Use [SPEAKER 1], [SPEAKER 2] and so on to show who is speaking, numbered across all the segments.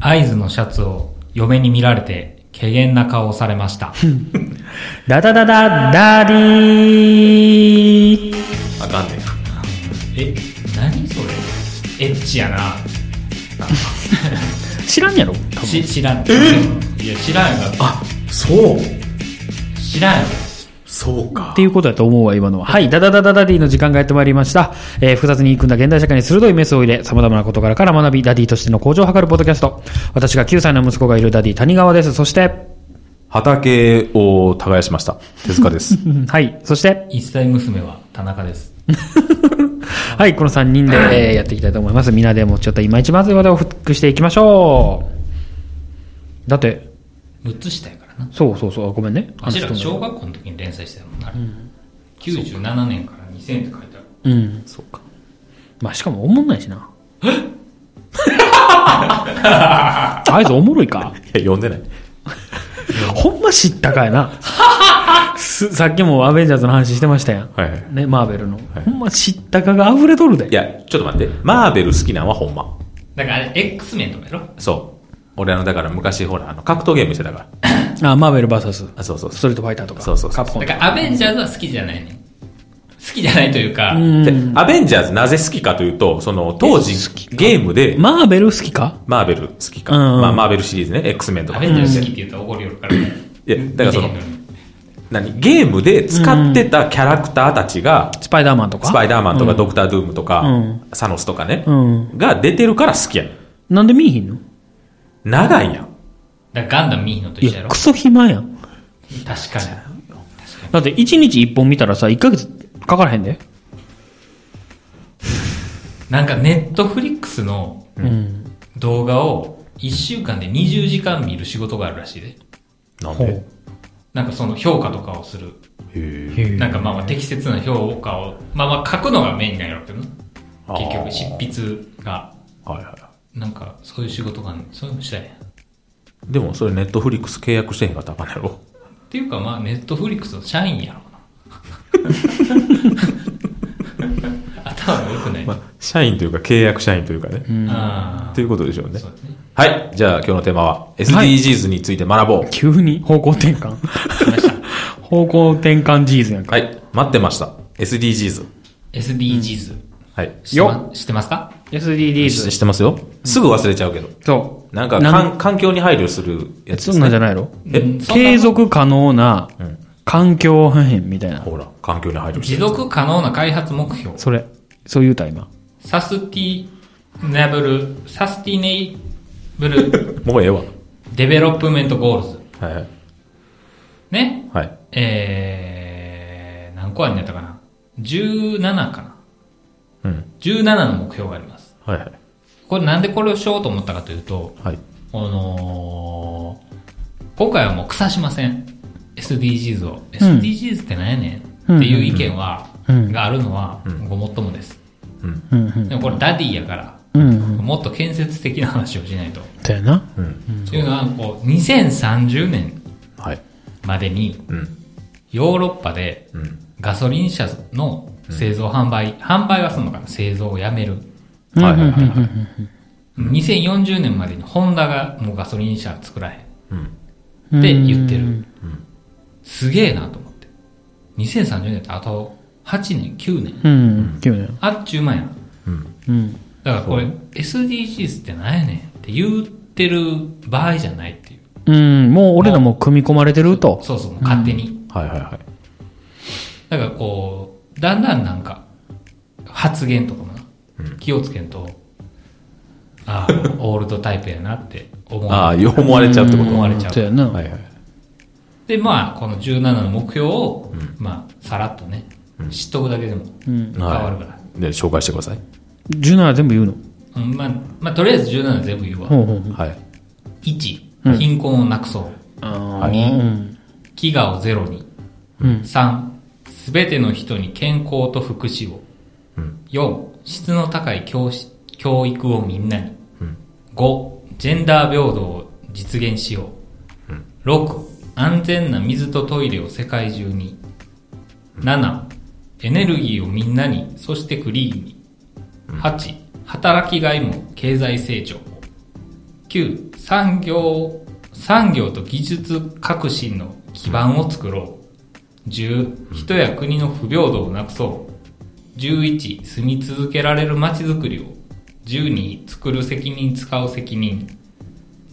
[SPEAKER 1] 合図のシャツを嫁に見られて、怪げな顔をされました。
[SPEAKER 2] ダダダダダディー
[SPEAKER 3] あかんねん。
[SPEAKER 1] え、何それエッチやな。
[SPEAKER 2] 知らんやろ多分
[SPEAKER 1] し、知らん。いや、知らんやんか
[SPEAKER 3] あ、そう。
[SPEAKER 1] 知らんやん。
[SPEAKER 3] そうか
[SPEAKER 2] って。いうことだと思うわ、今のは。はい、ダダダダダディの時間がやってまいりました。えー複雑に組んだ現代社会に鋭いメスを入れ、様々な事柄から学び、ダディとしての向上を図るポッドキャスト。私が9歳の息子がいるダディ谷川です。そして、
[SPEAKER 3] 畑を耕しました。手塚 です。
[SPEAKER 2] うんはい、そして、
[SPEAKER 1] 一歳娘は田中です。
[SPEAKER 2] はい、この3人で、えーやっていきたいと思います。みんなでもちょっと今一番熱い話題をフックしていきましょう。だって、
[SPEAKER 1] 6つしたやからな。
[SPEAKER 2] そうそうそう、あごめんね。
[SPEAKER 1] あちら小学校の時に連載したやもんな、あれ。97年から2000って書いてある。
[SPEAKER 2] うん。
[SPEAKER 3] そうか。
[SPEAKER 2] まあ、しかもおもんないしな。 あいつおもろいか
[SPEAKER 3] いや、読んでない。
[SPEAKER 2] ほんま知ったかいな。すさっきもアベンジャーズの話してましたやん。
[SPEAKER 3] はいはい
[SPEAKER 2] ね、マーベルの。
[SPEAKER 3] はい
[SPEAKER 2] ほんま知ったかが溢れとるで。
[SPEAKER 3] いや、ちょっと待って。マーベル好きなんはほんま。
[SPEAKER 1] だからあれ、X メンとかやろ
[SPEAKER 3] そう。俺あの、だから昔ほら、あの、格闘ゲームしてたから。
[SPEAKER 2] あ、マーベル VS
[SPEAKER 3] あ、そうそう
[SPEAKER 2] ス
[SPEAKER 3] そ
[SPEAKER 2] トリートファイターとか。
[SPEAKER 3] そうそうそ
[SPEAKER 2] カ
[SPEAKER 3] う
[SPEAKER 2] プコン
[SPEAKER 1] だ
[SPEAKER 2] とか。
[SPEAKER 1] からアベンジャーズは好きじゃないねん。好きじゃないというか、
[SPEAKER 2] う
[SPEAKER 3] う。で
[SPEAKER 2] ん、
[SPEAKER 3] アベンジャーズなぜ好きかというと、その、当時、ゲームで、
[SPEAKER 2] マーベル好きか
[SPEAKER 3] マーベル好きか。
[SPEAKER 2] うんうん
[SPEAKER 3] まあ、マーベルシリーズね、X メンと
[SPEAKER 1] ア
[SPEAKER 3] か。
[SPEAKER 1] ベンジャーズ好きって言うと怒りよるから。い
[SPEAKER 3] いや、だからその、何ゲームで使ってたキャラクターたちが、
[SPEAKER 2] スパイダーマンとか
[SPEAKER 3] スパイダーマンとか
[SPEAKER 2] うん
[SPEAKER 3] ドクター・ドゥームとか、
[SPEAKER 2] うん
[SPEAKER 3] サノスとかね、
[SPEAKER 2] う
[SPEAKER 3] が出てるから好きやん。
[SPEAKER 2] なんで見えひんの
[SPEAKER 3] 長いやん。
[SPEAKER 1] だからガンダム見ひんのと
[SPEAKER 2] い
[SPEAKER 1] 一緒や
[SPEAKER 2] や、
[SPEAKER 1] ろ
[SPEAKER 2] クソ暇やん。
[SPEAKER 1] 確かに。
[SPEAKER 2] だって1日1本見たらさ、1ヶ月かからへんで。
[SPEAKER 1] なんかネットフリックスの
[SPEAKER 2] うん。
[SPEAKER 1] 動画を1週間で20時間見る仕事があるらしいで。
[SPEAKER 3] なん
[SPEAKER 2] ほう
[SPEAKER 3] で
[SPEAKER 1] なんかその評価とかをする。
[SPEAKER 3] へ
[SPEAKER 2] へえ
[SPEAKER 1] なんかまあまあ適切な評価を、まあまあ書くのがメインなんやろうけどな
[SPEAKER 3] あー
[SPEAKER 1] 結局執筆が、
[SPEAKER 3] ーはいは
[SPEAKER 1] なんかそういう仕事があんねんそういうのしたいやん。っ
[SPEAKER 3] い。でもそれネットフリックス契約してへんかったらあかんやろ。
[SPEAKER 1] ていうかまあネットフリックスの社員やろうな。頭が良くない。
[SPEAKER 3] まあ、社員というか契約社員というかね。
[SPEAKER 1] あ
[SPEAKER 3] ということでしょう
[SPEAKER 1] あ、
[SPEAKER 3] ね
[SPEAKER 1] そ。うですね。
[SPEAKER 3] はい。じゃあ今日のテーマは SDGs について学ぼう。
[SPEAKER 2] 急に方向転 換。方向転換ジーズやんか。
[SPEAKER 3] はい。待ってました。SDGs。
[SPEAKER 1] SDGs。
[SPEAKER 3] はい。
[SPEAKER 1] 知ってま知ってますか
[SPEAKER 2] SDGs。
[SPEAKER 3] ししてますよ。すぐ忘れちゃうけど。
[SPEAKER 2] そう。
[SPEAKER 3] なんかか
[SPEAKER 2] な
[SPEAKER 3] ん環境に配慮するやつ
[SPEAKER 2] そ
[SPEAKER 3] で
[SPEAKER 2] ん
[SPEAKER 3] す
[SPEAKER 2] なん
[SPEAKER 3] ね。
[SPEAKER 2] じゃないの
[SPEAKER 3] え
[SPEAKER 1] うんそんな
[SPEAKER 2] 継続可能な環境破片みたいな。
[SPEAKER 3] ほら、環境に配慮して
[SPEAKER 1] 持
[SPEAKER 3] る。
[SPEAKER 1] 続可能な開発目標。
[SPEAKER 2] それ、そう言うた今。
[SPEAKER 1] サスティナブル、サスティネイブル
[SPEAKER 3] もうええわ。
[SPEAKER 1] デベロップメントゴールズ。
[SPEAKER 3] はいはい。
[SPEAKER 1] ね。
[SPEAKER 3] はい。
[SPEAKER 1] えー、何個あるんやったかな ?17 かな
[SPEAKER 3] うん。
[SPEAKER 1] ?17 の目標があります。
[SPEAKER 3] はいはい。
[SPEAKER 1] これなんでこれをしようと思ったかというと、
[SPEAKER 3] はい。
[SPEAKER 1] あのー今回はもう腐しません。SDGs を。SDGs って何やねん、
[SPEAKER 2] うん
[SPEAKER 1] っていう意見は、
[SPEAKER 2] うん
[SPEAKER 1] があるのは、ごもっともです。
[SPEAKER 3] うん。
[SPEAKER 2] うんうん。
[SPEAKER 1] でもこれダディやから、
[SPEAKER 2] うん。
[SPEAKER 1] もっと建設的な話をしないと。
[SPEAKER 2] だよな。
[SPEAKER 3] うん。
[SPEAKER 1] というのは、こう、2030年
[SPEAKER 3] はい。
[SPEAKER 1] までに、
[SPEAKER 3] うん。
[SPEAKER 1] ヨーロッパで
[SPEAKER 3] うん。
[SPEAKER 1] ガソリン車の製造販売、販売はするのかな製造をやめる。
[SPEAKER 3] はいはいはいはい。
[SPEAKER 1] 2040年までにホンダがもうガソリン車作らへん。っ
[SPEAKER 3] うん。
[SPEAKER 1] て言ってる。
[SPEAKER 3] うん
[SPEAKER 1] すげえなと思って。2030年ってあと8年、9年。
[SPEAKER 2] うん。急ね。
[SPEAKER 1] あっちゅう間やん。
[SPEAKER 3] うん。
[SPEAKER 2] うん。
[SPEAKER 1] だからこれ、SDGs って何やねんって言ってる場合じゃないっていう。
[SPEAKER 2] うん。もう俺らも組み込まれてると。
[SPEAKER 1] そうそう、もう勝手に。
[SPEAKER 3] はいはいはい。
[SPEAKER 1] だからこう、だんだんなんか、発言とかもな、気をつけんと、ああ、 オールドタイプやなって思う。
[SPEAKER 3] ああ、よう思われちゃうってこ
[SPEAKER 1] 思
[SPEAKER 3] と
[SPEAKER 1] われちゃう
[SPEAKER 2] だよな。
[SPEAKER 3] はいはい。
[SPEAKER 1] で、まあ、この17の目標を、まあ、さらっとね、知っとくだけでも変わるから。
[SPEAKER 3] で、紹介してください。
[SPEAKER 2] 17全部言うの。
[SPEAKER 1] うんまあ、まあ、とりあえず17全部言うわ。
[SPEAKER 2] ほうほうほう。
[SPEAKER 3] はい。
[SPEAKER 1] 1、貧困をなくそう。
[SPEAKER 2] あー
[SPEAKER 1] 飢餓をゼロに。
[SPEAKER 2] うん
[SPEAKER 1] 3、すべての人に健康と福祉を。
[SPEAKER 3] うん
[SPEAKER 1] 4、質の高い教師教育をみんなに。
[SPEAKER 3] うん
[SPEAKER 1] 5、ジェンダー平等を実現しよう。6、安全な水とトイレを世界中に。7、エネルギーをみんなに、そしてクリーンに。8、働きがいも経済成長も。 9、産業、産業と技術革新の基盤を作ろう。10、人や国の不平等をなくそう。11、住み続けられる街づくりを。12、作る責任、使う責任。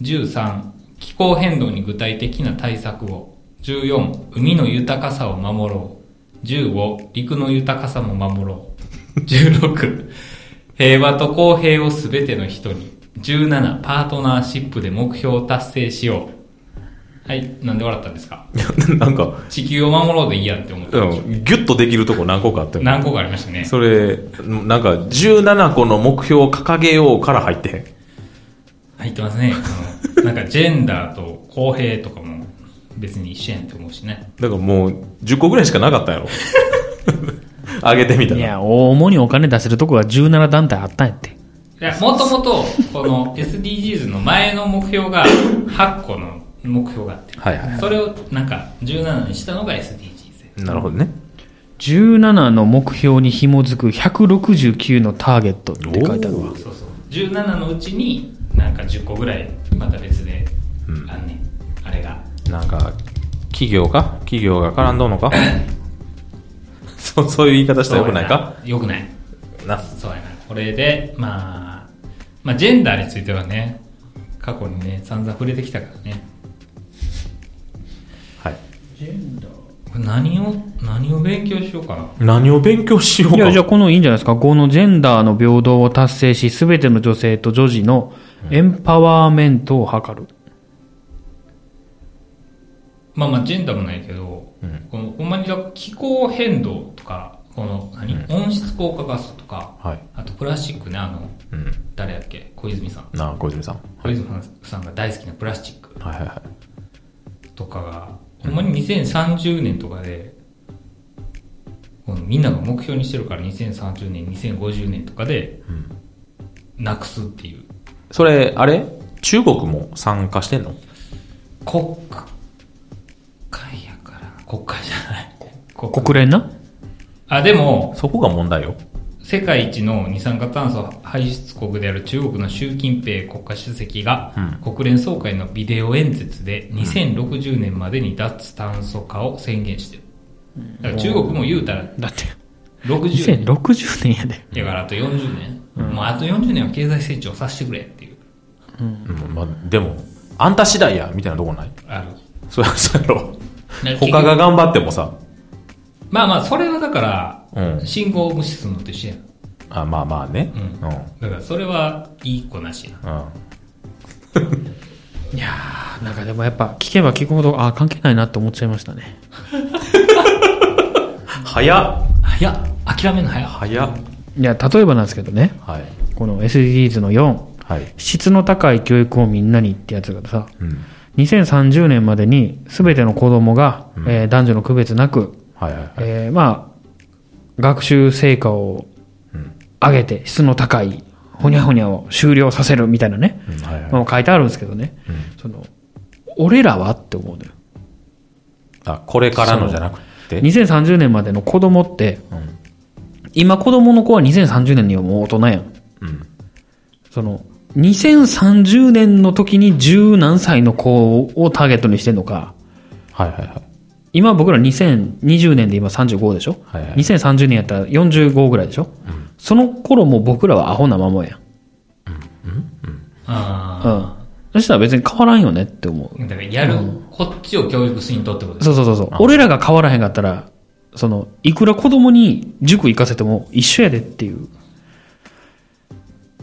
[SPEAKER 1] 13気候変動に具体的な対策を14海の豊かさを守ろう15陸の豊かさも守ろう16平和と公平をすべての人に17パートナーシップで目標を達成しようはいなんで笑ったんですか
[SPEAKER 3] なんか、
[SPEAKER 1] 地球を守ろうでいいやって思った
[SPEAKER 3] うん、ギュッとできるとこ何個かあったよ
[SPEAKER 1] 何個かありましたね
[SPEAKER 3] それ、なんか、17個の目標を掲げようから入ってへん。
[SPEAKER 1] 入ってますねうんなんかジェンダーと公平とかも別に一緒やんって思うしね
[SPEAKER 3] だからもう、10個ぐらいしかなかったんやろ。 上げてみた
[SPEAKER 2] い
[SPEAKER 3] ら。
[SPEAKER 2] や、主にお金出せるとこが17団体あったんやって。
[SPEAKER 1] いや、もともと、この SDGs の前の目標が、8個の目標があって、
[SPEAKER 3] はいは
[SPEAKER 1] それをなんか17にしたのが SDGs で。
[SPEAKER 3] い。なるほどね。
[SPEAKER 2] 17の目標に紐づく169のターゲットって書いてあるわ
[SPEAKER 3] お。
[SPEAKER 1] そうそう。17のうちに、なんか10個ぐらい、また別で、あんねん。あれが。
[SPEAKER 3] なんか、企業か企業が絡んどんのか そう、そういう言い方したらよくないか
[SPEAKER 1] そうやなよくない。
[SPEAKER 3] な。
[SPEAKER 1] そうやな。これで、まあ、まあ、ジェンダーについてはね、過去にね、散々触れてきたからね。
[SPEAKER 3] はい。
[SPEAKER 1] これ何を、何を勉強しようかな。
[SPEAKER 3] 何を勉強しよ
[SPEAKER 2] い
[SPEAKER 3] うか。
[SPEAKER 2] や、じゃあこのいいんじゃないですか。このジェンダーの平等を達成し、すべての女性と女児のエンパワーメントを図る。
[SPEAKER 1] まあまあジェンダーもないけど、このほんまにだから気候変動とか、この何、温室効果ガスとか、
[SPEAKER 3] はい。
[SPEAKER 1] あとプラスチックね、あの、
[SPEAKER 3] うん。
[SPEAKER 1] 誰やっけ、小泉さん。
[SPEAKER 3] なあ、小泉さん。は
[SPEAKER 1] 小泉さんが大好きなプラスチック
[SPEAKER 3] いはいはい。
[SPEAKER 1] とかが、ほんまに2030年とかで、このみんなが目標にしてるから2030年、2050年とかで、なくすっていう。
[SPEAKER 3] それ、あれ中国も参加してんの
[SPEAKER 1] 国会やから、国会じゃない。国
[SPEAKER 2] 国連な
[SPEAKER 1] あ、でも、
[SPEAKER 3] そこが問題よ。
[SPEAKER 1] 世界一の二酸化炭素排出国である中国の習近平国家主席が、国連総会のビデオ演説で2060年までに脱炭素化を宣言してる。だから中国も言うたら
[SPEAKER 2] だって、
[SPEAKER 1] 60年。
[SPEAKER 2] 2060年やで。
[SPEAKER 1] だからあと40年。もうあと40年は経済成長させてくれっていう。
[SPEAKER 3] うん、まあ、でも、あんた次第や、みたいなとこない
[SPEAKER 1] ある。
[SPEAKER 3] そうや、 そうやろ。
[SPEAKER 1] だから
[SPEAKER 3] 他が頑張ってもさ、
[SPEAKER 1] まあまあ、それはだから、
[SPEAKER 3] うん。
[SPEAKER 1] 信号を無視するのと一緒やん。
[SPEAKER 3] あ、まあまあね。
[SPEAKER 1] うん
[SPEAKER 3] うん。うん。
[SPEAKER 1] だからそれはいい子なしやん。
[SPEAKER 2] いやー、なんかでもやっぱ聞けば聞くほど、あー関係ないなって思っちゃいましたね。
[SPEAKER 3] 早っ
[SPEAKER 1] 早っ諦めんの早っ
[SPEAKER 3] 早っ
[SPEAKER 2] いや、例えばなんですけどね、
[SPEAKER 3] はい。
[SPEAKER 2] この SDGs の4、
[SPEAKER 3] はい。
[SPEAKER 2] 質の高い教育をみんなにってやつがさ、
[SPEAKER 3] うん。
[SPEAKER 2] 2030年までに全ての子供が、えー男女の区別なく、
[SPEAKER 3] はいはいはい。
[SPEAKER 2] えーまあ、学習成果を上げて質の高い、ほにゃほにゃを終了させるみたいなね、
[SPEAKER 3] うんはいはい。
[SPEAKER 2] まあ、書いてあるんですけどね、その、俺らはって思うのよ。
[SPEAKER 3] あ、これからのじゃなくて。
[SPEAKER 2] 2030年までの子供って、
[SPEAKER 3] うん
[SPEAKER 2] 今子供の子は2030年にはもう大人やん。
[SPEAKER 3] うん。
[SPEAKER 2] その、2030年の時に十何歳の子をターゲットにしてんのか、
[SPEAKER 3] はいはいはい。
[SPEAKER 2] 今僕ら2020年で今35でしょ
[SPEAKER 3] はいはい。
[SPEAKER 2] 2030年やったら45ぐらいでしょ、その頃もう僕らはアホなままやん。
[SPEAKER 1] あ
[SPEAKER 2] うん。そしたら別に変わらんよねって思う。
[SPEAKER 1] ーだからやる、こっちを教育しにとってことです
[SPEAKER 2] そうそうそうそう。俺らが変わらへんかったら、その、いくら子供に塾行かせても一緒やでっていう。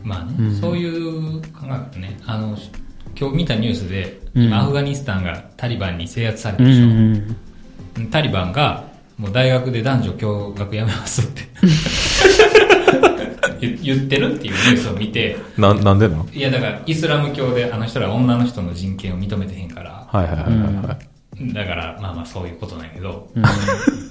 [SPEAKER 1] まあね、そういう考え方ね。あの、し今日見たニュースで、今アフガニスタンがタリバンに制圧された
[SPEAKER 2] う
[SPEAKER 1] でしょ。
[SPEAKER 2] ん。
[SPEAKER 1] タリバンが、もう大学で男女共学やめますって 言言ってるっていうニュースを見て、
[SPEAKER 3] な、なんでなん
[SPEAKER 1] いやだからイスラム教であの人ら女の人の人権を認めてへんから、
[SPEAKER 3] はいはいはいはいはい。
[SPEAKER 1] だからまあまあそういうことなんやけど、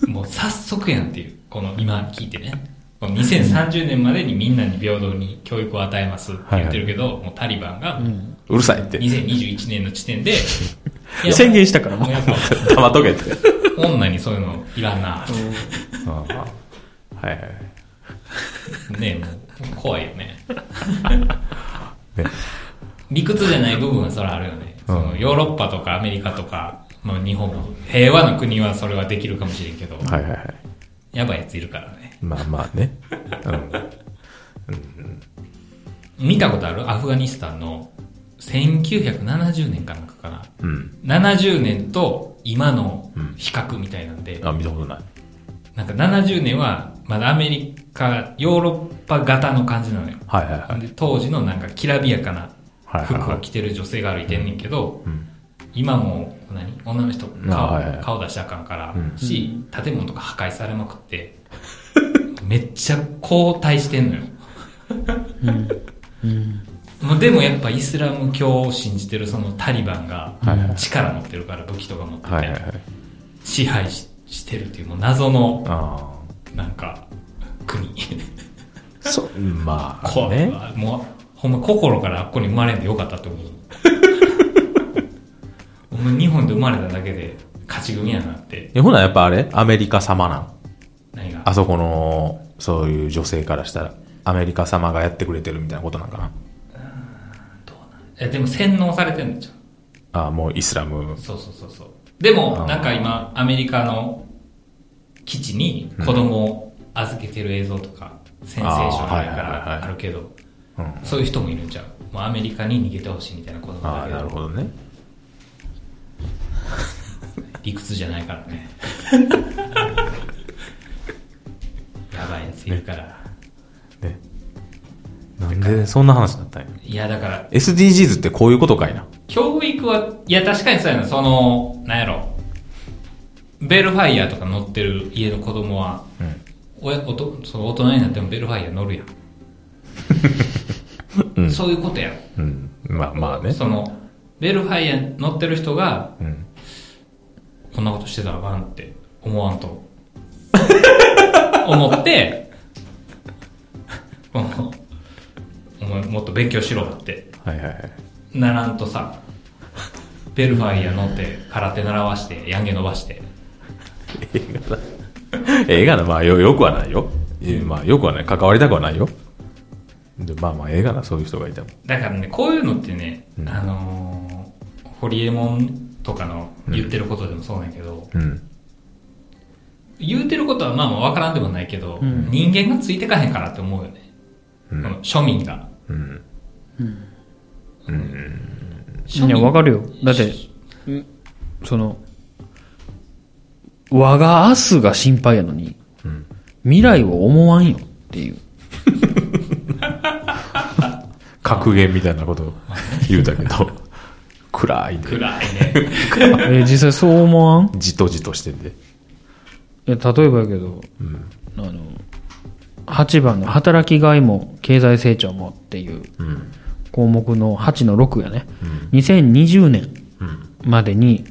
[SPEAKER 1] もう早速やんっていう、この今聞いてね。この2030年までにみんなに平等に教育を与えますって言ってるけど、もうタリバンが、
[SPEAKER 3] うるさいって。
[SPEAKER 1] 2021年の時点で、いや
[SPEAKER 2] 宣言したから
[SPEAKER 1] もうやっぱ、
[SPEAKER 3] 黙っとけ って。
[SPEAKER 1] 女にそういうのいらんな。
[SPEAKER 3] うんはいはい。
[SPEAKER 1] ねえもう怖いよね。
[SPEAKER 3] ね
[SPEAKER 1] 理屈じゃない部分はそれあるよね。そのヨーロッパとかアメリカとか、まあ日本も、平和な国はそれはできるかもしれんけど、
[SPEAKER 3] はいはいはい。
[SPEAKER 1] やばいやついるからね。
[SPEAKER 3] まあまあね。うん。
[SPEAKER 1] 見たことあるアフガニスタンの1970年かなんかかな。
[SPEAKER 3] うん。
[SPEAKER 1] 70年と今の比較みたいなんで、
[SPEAKER 3] あ、見たことない。
[SPEAKER 1] なんか70年はまだアメリカ、ヨーロッパ型の感じなのよ。
[SPEAKER 3] はいはいはい。
[SPEAKER 1] で当時のなんかきらびやか
[SPEAKER 3] はい
[SPEAKER 1] な
[SPEAKER 3] はいはい
[SPEAKER 1] 服を着てる女性が歩いてんねんけど、
[SPEAKER 3] ん
[SPEAKER 1] 今もう何女の人
[SPEAKER 3] あはいはい
[SPEAKER 1] 顔顔出しちゃあかんから、
[SPEAKER 3] うん
[SPEAKER 1] し建物とか破壊されまくってめっちゃ後退してんのよ、もうでもやっぱイスラム教を信じてるそのタリバンが力持ってるから武器とか持ってて、
[SPEAKER 3] はいはいはい。
[SPEAKER 1] 支配ししてるっていうもう謎の
[SPEAKER 3] あ
[SPEAKER 1] なんか国
[SPEAKER 3] あ。そう、まあ
[SPEAKER 1] こ
[SPEAKER 3] ね。
[SPEAKER 1] もう、ほんま心からあっこに生まれんでよかったと思 う。お前日本で生まれただけで勝ち組やなって。
[SPEAKER 3] えほな、やっぱあれアメリカ様なん。
[SPEAKER 1] 何が
[SPEAKER 3] あそこの、そういう女性からしたら、アメリカ様がやってくれてるみたいなことなんかな。
[SPEAKER 1] えでも洗脳されてんのじゃん。
[SPEAKER 3] ああ、もうイスラム。
[SPEAKER 1] そうそうそうそう。で
[SPEAKER 3] あ
[SPEAKER 1] も、
[SPEAKER 3] ー
[SPEAKER 1] なんか今、アメリカの基地に子供を預けてる映像とか、センセーションやか
[SPEAKER 3] あーはいはいはい
[SPEAKER 1] らあるけど、
[SPEAKER 3] うん。
[SPEAKER 1] そういう人もいるんじゃん。もうアメリカに逃げてほしいみたいな子供
[SPEAKER 3] あ
[SPEAKER 1] だ
[SPEAKER 3] あ、
[SPEAKER 1] けど
[SPEAKER 3] なるほどね。
[SPEAKER 1] 理屈じゃないから ねやばいやついるから、
[SPEAKER 3] ね。なんでそんな話になったんや。
[SPEAKER 1] いやだから
[SPEAKER 3] SDGs ってこういうことかいな。
[SPEAKER 1] 教育はいや確かにそうやなそのなんやろベルファイヤーとか乗ってる家の子供は
[SPEAKER 3] うん。
[SPEAKER 1] 親おとその大人になってもベルファイヤー乗るやん、
[SPEAKER 3] うん
[SPEAKER 1] そういうことやん
[SPEAKER 3] うん。まあまあね。
[SPEAKER 1] そのベルファイヤー乗ってる人が
[SPEAKER 3] うん。
[SPEAKER 1] こんなことしてたらあかんって思わんと思ってこのお前もっと勉強しろって
[SPEAKER 3] はいはいはい。
[SPEAKER 1] ならんとさベルファイア乗って空手習わしてヤンゲ伸ばして
[SPEAKER 3] 映画だ。映画だ。まあよ、よくはないよ。えまあ、よくはない。関わりたくはないよ。でまあまあ、映画だ。そういう人がいても。
[SPEAKER 1] だからねこういうのってね、
[SPEAKER 3] うん
[SPEAKER 1] あのーホリエモンとかの言ってることでもそうなんやけど、
[SPEAKER 3] うん。
[SPEAKER 1] 言うてることはまあまあ分からんでもないけど、
[SPEAKER 2] うん
[SPEAKER 1] 人間がついてかへんからって思うよね、
[SPEAKER 3] うん
[SPEAKER 1] この庶民が
[SPEAKER 3] うん。
[SPEAKER 2] いや、わかるよ。だって、その、我が明日が心配やのに、
[SPEAKER 3] うん。
[SPEAKER 2] 未来を思わんよって いう。
[SPEAKER 3] 格言みたいなことを言うたけど、暗い
[SPEAKER 1] 暗
[SPEAKER 3] で、
[SPEAKER 1] いね
[SPEAKER 2] えー実際そう思わん
[SPEAKER 3] じとじとしてんで。
[SPEAKER 2] いや例えばやけど、
[SPEAKER 3] うん。
[SPEAKER 2] あの、8番の働きがいも経済成長もっていう
[SPEAKER 3] うん。
[SPEAKER 2] 項目の8の6やね。2020年
[SPEAKER 3] うん。
[SPEAKER 2] までに、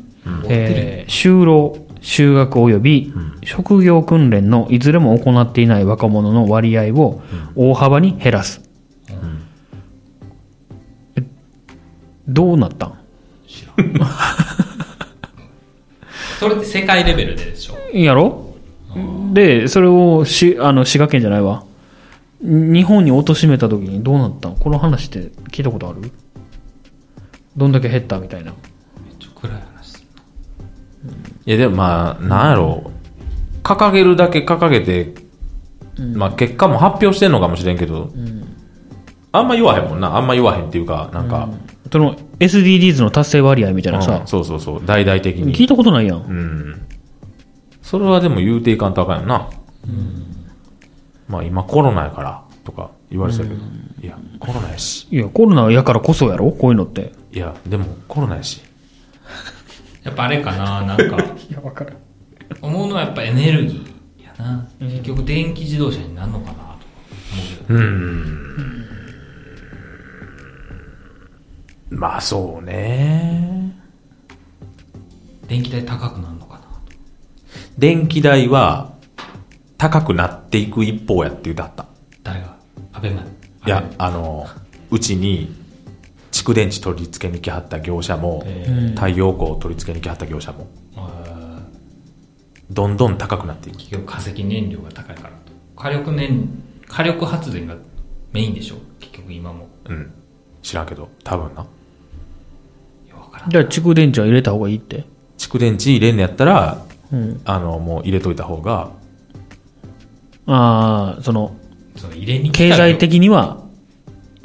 [SPEAKER 2] えー就労、就学及び職業訓練のいずれも行っていない若者の割合を大幅に減らす。えどうなったん
[SPEAKER 1] それって世界レベルででしょ
[SPEAKER 2] やろで、それをし、あの、滋賀県じゃないわ。日本に貶としめた時にどうなったんこの話って聞いたことあるどんだけ減ったみたいな。
[SPEAKER 1] めっちゃ暗い話
[SPEAKER 3] いや、でもまあ、なんやろう。掲げるだけ掲げて、まあ結果も発表してんのかもしれんけど、あんま言わへんもんな。あんま言わへんっていうか、なんか、
[SPEAKER 2] その SDGs の達成割合みたいな
[SPEAKER 3] う
[SPEAKER 2] さ
[SPEAKER 3] ん、そうそうそう、大々的
[SPEAKER 2] 聞
[SPEAKER 3] に。
[SPEAKER 2] いたことないやん。
[SPEAKER 3] うん。それはでも言うていかんとあかんよな。まあ今コロナやから、とか言われてたけど、いや、コロナやし。
[SPEAKER 2] いや、コロナやからこそやろこういうのって。
[SPEAKER 3] いや、でもコロナやし。
[SPEAKER 1] やっぱあれかななんか
[SPEAKER 2] いや、わかる。
[SPEAKER 1] 思うのはやっぱエネルギーやな、結局電気自動車になるのかなと思うけど
[SPEAKER 3] うん。まあそうね。
[SPEAKER 1] 電気代高くなるのかなと
[SPEAKER 3] 電気代は高くなっていく一方やって言うてはった。
[SPEAKER 1] 誰がアベマ
[SPEAKER 3] いや、あの、うちに、蓄電池取り付けに来はった業者も、
[SPEAKER 1] え
[SPEAKER 3] 太陽光取り付けに来はった業者も、
[SPEAKER 1] えー
[SPEAKER 3] どんどん高くなっていく。
[SPEAKER 1] 結局化石燃料が高いからと火力燃火力発電がメインでしょ結局今も
[SPEAKER 3] うん。知らんけど、多分な。
[SPEAKER 2] じゃあ、蓄電池は入れた方がいいって。
[SPEAKER 3] 蓄電池入れんのやったら、
[SPEAKER 2] うん。
[SPEAKER 3] あの、もう入れといた方が、
[SPEAKER 2] ああ、その、
[SPEAKER 1] その入れに来
[SPEAKER 2] 経
[SPEAKER 1] た
[SPEAKER 2] 済的には、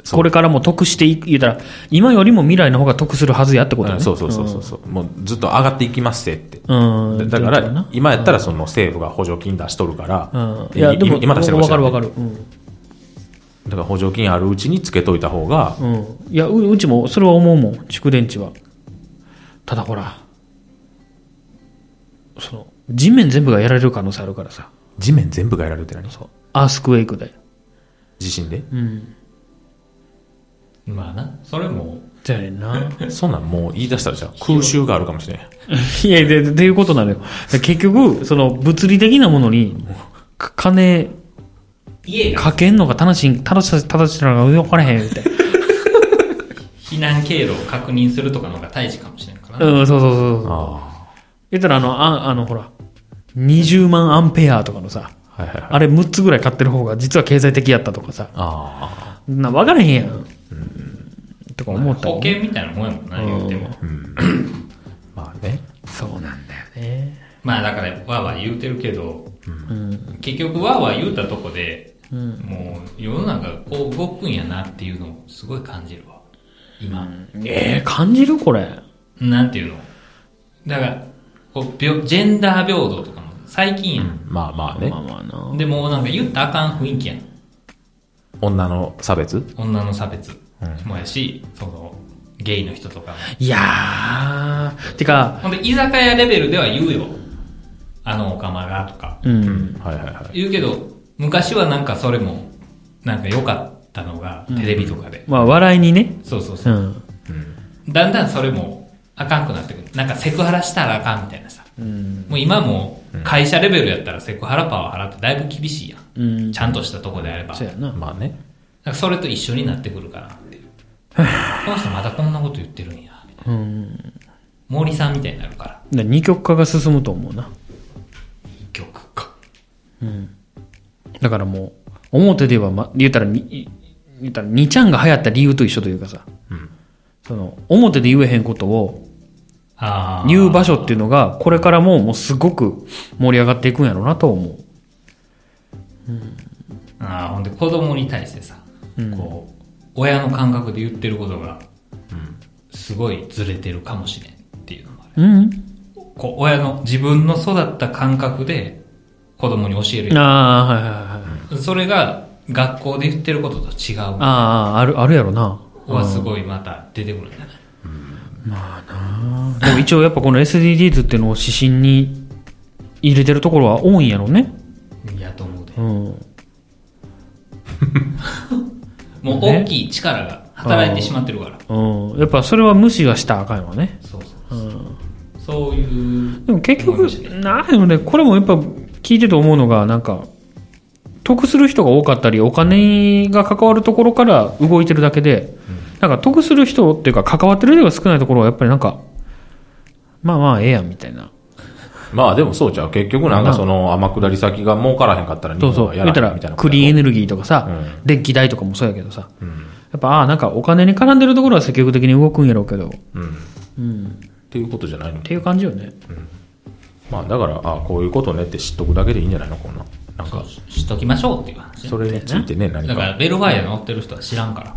[SPEAKER 3] そう
[SPEAKER 2] これからも得していく、言うたら、今よりも未来の方が得するはずやってこと
[SPEAKER 3] う
[SPEAKER 2] ね。
[SPEAKER 3] んそうそうそうそうそう、もうずっと上がっていきますせって。
[SPEAKER 2] うん。
[SPEAKER 3] だ
[SPEAKER 2] っ
[SPEAKER 3] だか
[SPEAKER 2] てこと
[SPEAKER 3] ら
[SPEAKER 2] な、
[SPEAKER 3] 今やったらその政府が補助金出しとるから、
[SPEAKER 2] うん。いや、でも、
[SPEAKER 3] 今出してる
[SPEAKER 2] わかるわか
[SPEAKER 3] る。
[SPEAKER 2] る。うん。
[SPEAKER 3] だから補助金あるうちにつけといた方が、
[SPEAKER 2] うん。いや、ううちも、それは思うもん。蓄電池は。ただほら、その、地面全部がやられる可能性あるからさ。
[SPEAKER 3] 地面全部がやられるって何
[SPEAKER 2] そう。アースクエイクで。
[SPEAKER 3] 地震で
[SPEAKER 2] うん。
[SPEAKER 1] まあな、それも、
[SPEAKER 2] じゃねんな。
[SPEAKER 3] そんなんもう言い出したらじゃ あ空襲があるかもしれん。
[SPEAKER 2] いや、で、っていうことなのよ。結局、その、物理的なものに、か金、
[SPEAKER 1] 家が
[SPEAKER 2] かけんのが楽しい、楽しさ、楽しさが分からへん、みたい
[SPEAKER 1] 避難経路を確認するとかの方が大事かもしれんから
[SPEAKER 2] な。
[SPEAKER 1] な。
[SPEAKER 2] うん、そうそうそうそう。
[SPEAKER 3] あ
[SPEAKER 2] 言ったら、あの、ああの、ほら、20万アンペアとかのさ、
[SPEAKER 3] あ。はいはいはい。
[SPEAKER 2] あれ6つぐらい買ってる方が実は経済的やったとかさ、
[SPEAKER 3] あ
[SPEAKER 2] な分からへんやん。とか思ったり
[SPEAKER 1] 保険みたいなもんやもんな、言うても。
[SPEAKER 3] あ。まあね。
[SPEAKER 2] そうなんだよね。
[SPEAKER 1] まあだから、わーわー言うてるけど、結局わーわー言うたとこで、もう世の中こう動くんやなっていうのをすごい感じるわ。今。
[SPEAKER 2] ええ感じるこれ。
[SPEAKER 1] なんていうのだから、こうびょジェンダー平等とかも最近やん。
[SPEAKER 3] まあまあね
[SPEAKER 2] ま。あまあな。
[SPEAKER 1] でもうなんか言ったらあかん雰囲気やん。
[SPEAKER 3] 女の差別
[SPEAKER 1] 女の差別もやし、その、ゲイの人とかも。
[SPEAKER 2] いやー、てか、
[SPEAKER 1] ほんで、居酒屋レベルでは言うよ。あのおかまがとか。
[SPEAKER 2] うん。
[SPEAKER 3] はいはいはい。
[SPEAKER 1] 言うけど、昔はなんかそれも、なんか良かったのが、テレビとかで。
[SPEAKER 2] まあ、笑いにね。
[SPEAKER 1] そうそうそうう。
[SPEAKER 2] ん。
[SPEAKER 1] だんだんそれも、あかんくなってくる。なんかセクハラしたらあかんみたいなさ。もう今も、会社レベルやったらセクハラパワハラってだいぶ厳しいやん。
[SPEAKER 2] うん。
[SPEAKER 1] ちゃんとしたとこであれば。
[SPEAKER 2] そうやな。
[SPEAKER 3] まあね。
[SPEAKER 1] なんかそれと一緒になってくるかなって いう。この人まだこんなこと言ってるんや。みたいな森さんみたいになるから。
[SPEAKER 2] で二極化が進むと思うな。
[SPEAKER 1] 曲か。
[SPEAKER 2] だからもう、表では、ま、言ったらに、言ったら、2ちゃんが流行った理由と一緒というかさ、その、表で言えへんことを
[SPEAKER 1] ああ。
[SPEAKER 2] 言う場所っていうのが、これからももうすごく盛り上がっていくんやろうなと思う。
[SPEAKER 1] ああ、ほんで子供に対してさ、こう、親の感覚で言ってることが、すごいずれてるかもしれんっていうのもある。
[SPEAKER 2] うん。
[SPEAKER 1] こう、親の自分の育った感覚で子供に教えるや
[SPEAKER 2] ああ、はいはいはい。
[SPEAKER 1] ん。それが学校で言ってることと違う
[SPEAKER 2] ああ、ある、あるやろな。
[SPEAKER 1] はすごいまた出てくるんじゃない
[SPEAKER 2] でも一応やっぱこの SDGs っていうのを指針に入れてるところは多いんやろうね。
[SPEAKER 1] いやと思うで。
[SPEAKER 2] うん。
[SPEAKER 1] もう大きい力が働いてしまってるから。
[SPEAKER 2] うん。やっぱそれは無視はしたらあかんよね。
[SPEAKER 1] そうそうそう。そういう、
[SPEAKER 2] でも結
[SPEAKER 1] 思い
[SPEAKER 2] 局
[SPEAKER 1] ました、ね
[SPEAKER 2] なんやろね、これもやっぱ聞いてて思うのが、なんか、得する人が多かったり、お金が関わるところから動いてるだけで、なんか得する人っていうか、関わってる人が少ないところは、やっぱりなんか、まあまあ、ええやんみたいな。
[SPEAKER 3] まあでもそうちゃう。結局なんかその天下り先が儲からへんかったら日
[SPEAKER 2] そう
[SPEAKER 3] 本
[SPEAKER 2] そう。
[SPEAKER 3] はや
[SPEAKER 2] 言った
[SPEAKER 3] らへん
[SPEAKER 2] ら
[SPEAKER 3] みたいな、こと
[SPEAKER 2] ク
[SPEAKER 3] やろ。
[SPEAKER 2] リーンエネルギーとかさ、
[SPEAKER 3] う
[SPEAKER 2] 電気代とかもそうやけどさ、やっぱ、ああ、なんかお金に絡んでるところは積極的に動くんやろうけど、っ
[SPEAKER 3] うん。っていうことじゃないの
[SPEAKER 2] ていう感じよね。
[SPEAKER 3] まあだから、ああ、こういうことねって知っとくだけでいいんじゃないのこんな。なんか、
[SPEAKER 1] しときましょうっていう話ね。
[SPEAKER 3] それについてね、何
[SPEAKER 1] だから、
[SPEAKER 3] か。
[SPEAKER 1] ベルファイア乗ってる人は知らんから。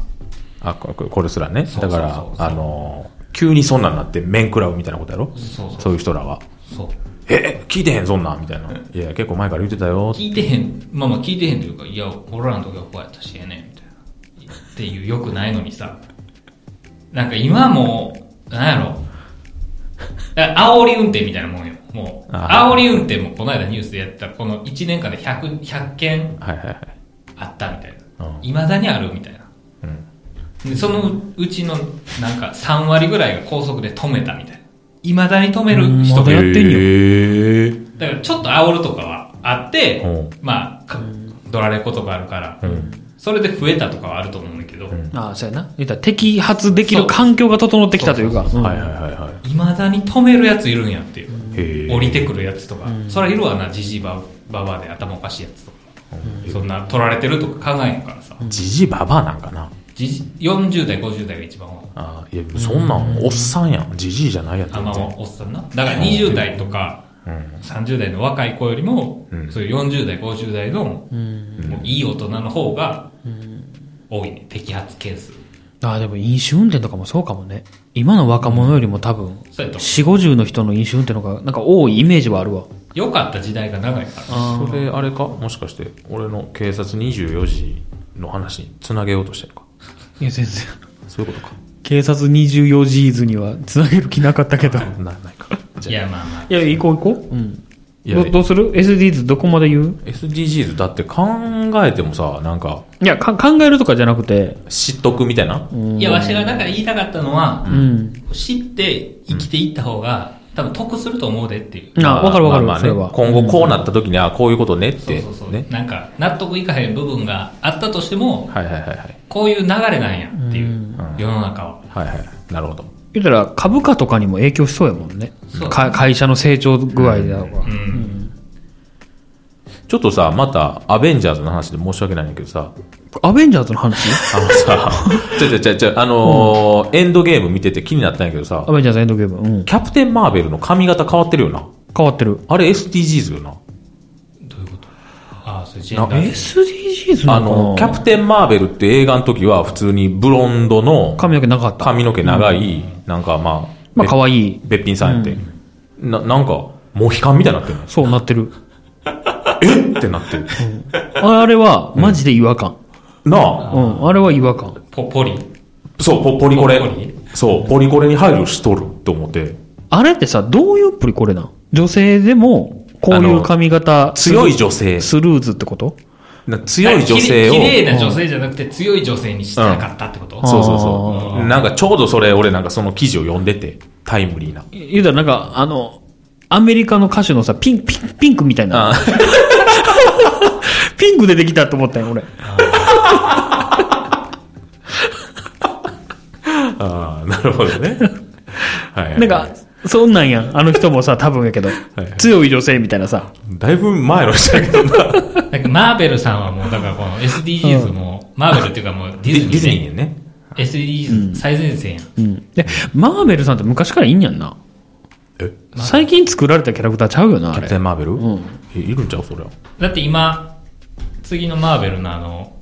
[SPEAKER 3] あ、ここれすらね。
[SPEAKER 1] そうそ
[SPEAKER 3] だ
[SPEAKER 1] うそう
[SPEAKER 3] から、あのー、急にそんなんなって面食らうみたいなことやろ
[SPEAKER 1] そうそう
[SPEAKER 3] そういう人らは。
[SPEAKER 1] そう。
[SPEAKER 3] え、聞いてへん、そんなんみたいな。いや、結構前から言ってたよ。
[SPEAKER 1] 聞いてへん、まあまあ聞いてへんというか、いや、俺らの時はこうやったしええねん、みたいな。っていう、よくないのにさ。なんか今もう、なんやろ。だから煽り運転みたいなもんよ。もう、
[SPEAKER 3] あー
[SPEAKER 1] 煽り運転もこの間ニュースでやった、この1年間で100、100件
[SPEAKER 3] はいはいはい。
[SPEAKER 1] あったみたい
[SPEAKER 3] うん
[SPEAKER 1] な。いまだにあるみたいな。でそのうちの、なんか3割ぐらいが高速で止めたみたいな。いまだに止める人
[SPEAKER 2] うんま
[SPEAKER 1] が
[SPEAKER 2] だやってんよ
[SPEAKER 3] へー
[SPEAKER 1] だからちょっと煽るとかはあって、
[SPEAKER 3] うん
[SPEAKER 1] まあ、かドラレコとかあるから、それで増えたとかはあると思うんだけど、
[SPEAKER 2] ああ、そうやな。言ったら摘発できる環境が整ってきたというか。うん
[SPEAKER 3] はいはいはいはい
[SPEAKER 1] まだに止めるやついるんやっていう。
[SPEAKER 3] い。
[SPEAKER 1] 降り
[SPEAKER 3] て。
[SPEAKER 1] てくるやつとか、そりゃいるわな、じじいばばばで頭おかしいやつとか。そんな取られてるとか考えへんからさ。
[SPEAKER 3] じじばばなんかな。
[SPEAKER 1] じじ40代、50代が一番多い。
[SPEAKER 3] あいや、そんなん、おっさんやん。じじいじゃないやん。
[SPEAKER 1] あ、まあまあ
[SPEAKER 3] 全然、
[SPEAKER 1] おっさんな。だから20代とか、30代の若い子よりも、
[SPEAKER 3] うん
[SPEAKER 1] そういう40代、50代の、もういい大人の方が、多いね。摘発ケース。
[SPEAKER 2] ああ、でも飲酒運転とかもそうかもね。今の若者よりも多分、
[SPEAKER 1] そうやと。
[SPEAKER 2] 四五十の人の飲酒運転の方が、なんか多いイメージはあるわ。
[SPEAKER 1] 良かった時代が長いから。
[SPEAKER 3] それ、あれかもしかして、俺の警察24時の話につなげようとしてるか。
[SPEAKER 2] いや、全然。
[SPEAKER 3] そういうことか。
[SPEAKER 2] 警察24時ーズには繋げる気なかったけ ど。
[SPEAKER 3] な、ないか。
[SPEAKER 1] いや、まあまあ。
[SPEAKER 2] いや、行こう行こう。うん。
[SPEAKER 3] いや
[SPEAKER 2] どどうする ?SDGs どこまで言う
[SPEAKER 3] SDGs だって考えてもさ、なんか、
[SPEAKER 2] いやか、考えるとかじゃなくて、
[SPEAKER 3] 知っとくみたいな。
[SPEAKER 1] いや、わしがだから言いたかったのは
[SPEAKER 2] う、ん。
[SPEAKER 1] 知って生きていった方が、多分得すると思うでっていう。
[SPEAKER 2] あ、わかるわかる、
[SPEAKER 3] まあまあ
[SPEAKER 2] そ
[SPEAKER 3] ね
[SPEAKER 2] れは。
[SPEAKER 3] 今後こうなった時に、あ、こういうことねっ
[SPEAKER 1] そう
[SPEAKER 3] て
[SPEAKER 1] そうそ。う。
[SPEAKER 3] ね。
[SPEAKER 1] なんか、納得いかへん部分があったとしても、
[SPEAKER 3] はいはいはいはい。
[SPEAKER 1] こういう流れなんやっていう、世の中は。
[SPEAKER 3] はいはい。なるほど。
[SPEAKER 2] 言ったら株価とかにも影響しそうやもんね
[SPEAKER 1] そう。
[SPEAKER 2] か会社の成長具合だとか
[SPEAKER 1] う。ん。
[SPEAKER 3] ちょっとさ、また、アベンジャーズの話で申し訳ないんだけどさ、
[SPEAKER 2] アベンジャーズの話
[SPEAKER 3] あのさ、ちょちょちょちょ、あのーエンドゲーム見てて気になったんやけどさ
[SPEAKER 2] ア、ベンジャーズエンドゲーム。うん。
[SPEAKER 3] キャプテン・マーベルの髪型変わってるよな。
[SPEAKER 2] 変わってる。
[SPEAKER 3] あれ SDGs よな。
[SPEAKER 1] どういうことああ、それジェンダ
[SPEAKER 3] な
[SPEAKER 1] ー。
[SPEAKER 2] SDGs な
[SPEAKER 3] あの
[SPEAKER 2] の、
[SPEAKER 3] キ
[SPEAKER 2] か
[SPEAKER 3] ャ
[SPEAKER 2] な
[SPEAKER 3] プテン・マーベルって映画の時は普通にブロンドの
[SPEAKER 2] 髪の毛なかった。
[SPEAKER 3] 髪の毛長い、なんかまあ、
[SPEAKER 2] まあ、可愛い。
[SPEAKER 3] べっぴんさんやって。な、なんか、モヒカンみたいになってるの
[SPEAKER 2] そうなってる。
[SPEAKER 3] えってなってる。
[SPEAKER 2] あれは、マジで違和感。
[SPEAKER 3] なあ、
[SPEAKER 2] うん。あれは違和感。
[SPEAKER 1] ポポリ。
[SPEAKER 3] そう、ポポリコレ
[SPEAKER 1] ポリ。
[SPEAKER 3] そう、ポリコレに配慮しとると思って。
[SPEAKER 2] あれってさ、どういうプリコレなん女性でも、こういう髪型、
[SPEAKER 3] 強い女性。
[SPEAKER 2] スルーズってこと
[SPEAKER 3] な強い女性を。
[SPEAKER 1] 綺麗な女性じゃなくて強い女性にしたかったってこと、
[SPEAKER 2] ん
[SPEAKER 3] そうそうそう。なんかちょうどそれ、俺なんかその記事を読んでて、タイムリーな。
[SPEAKER 2] 言うたらなんか、あの、アメリカの歌手のさ、ピン、ピン、ピンクみたいな。ピンク出てきたと思ったよ、俺。
[SPEAKER 3] ああ、なるほどね。はいはい。
[SPEAKER 2] なんか、そんなんやん。あの人もさ、多分やけど
[SPEAKER 3] はいは。い
[SPEAKER 2] 強い女性みたいなさ。
[SPEAKER 3] だいぶ前の人だけどな。
[SPEAKER 1] なんかマーベルさんはもう、だからこの SDGs も、マーベルっていうかもうデ
[SPEAKER 3] デ
[SPEAKER 1] ィズニ
[SPEAKER 3] ィ
[SPEAKER 1] ー
[SPEAKER 3] ズニー
[SPEAKER 1] ね
[SPEAKER 3] やね。
[SPEAKER 1] SDGs 最前線やん。
[SPEAKER 2] うん。で、マーベルさんって昔からいいんやんな。
[SPEAKER 3] え
[SPEAKER 2] 最近作られたキャラクターちゃうよな、あ
[SPEAKER 3] キャプ
[SPEAKER 2] れ
[SPEAKER 3] テ。ン・マーベル
[SPEAKER 2] ん
[SPEAKER 3] えいるんちゃうそりゃ。
[SPEAKER 1] だって今、次のマーベルのあの、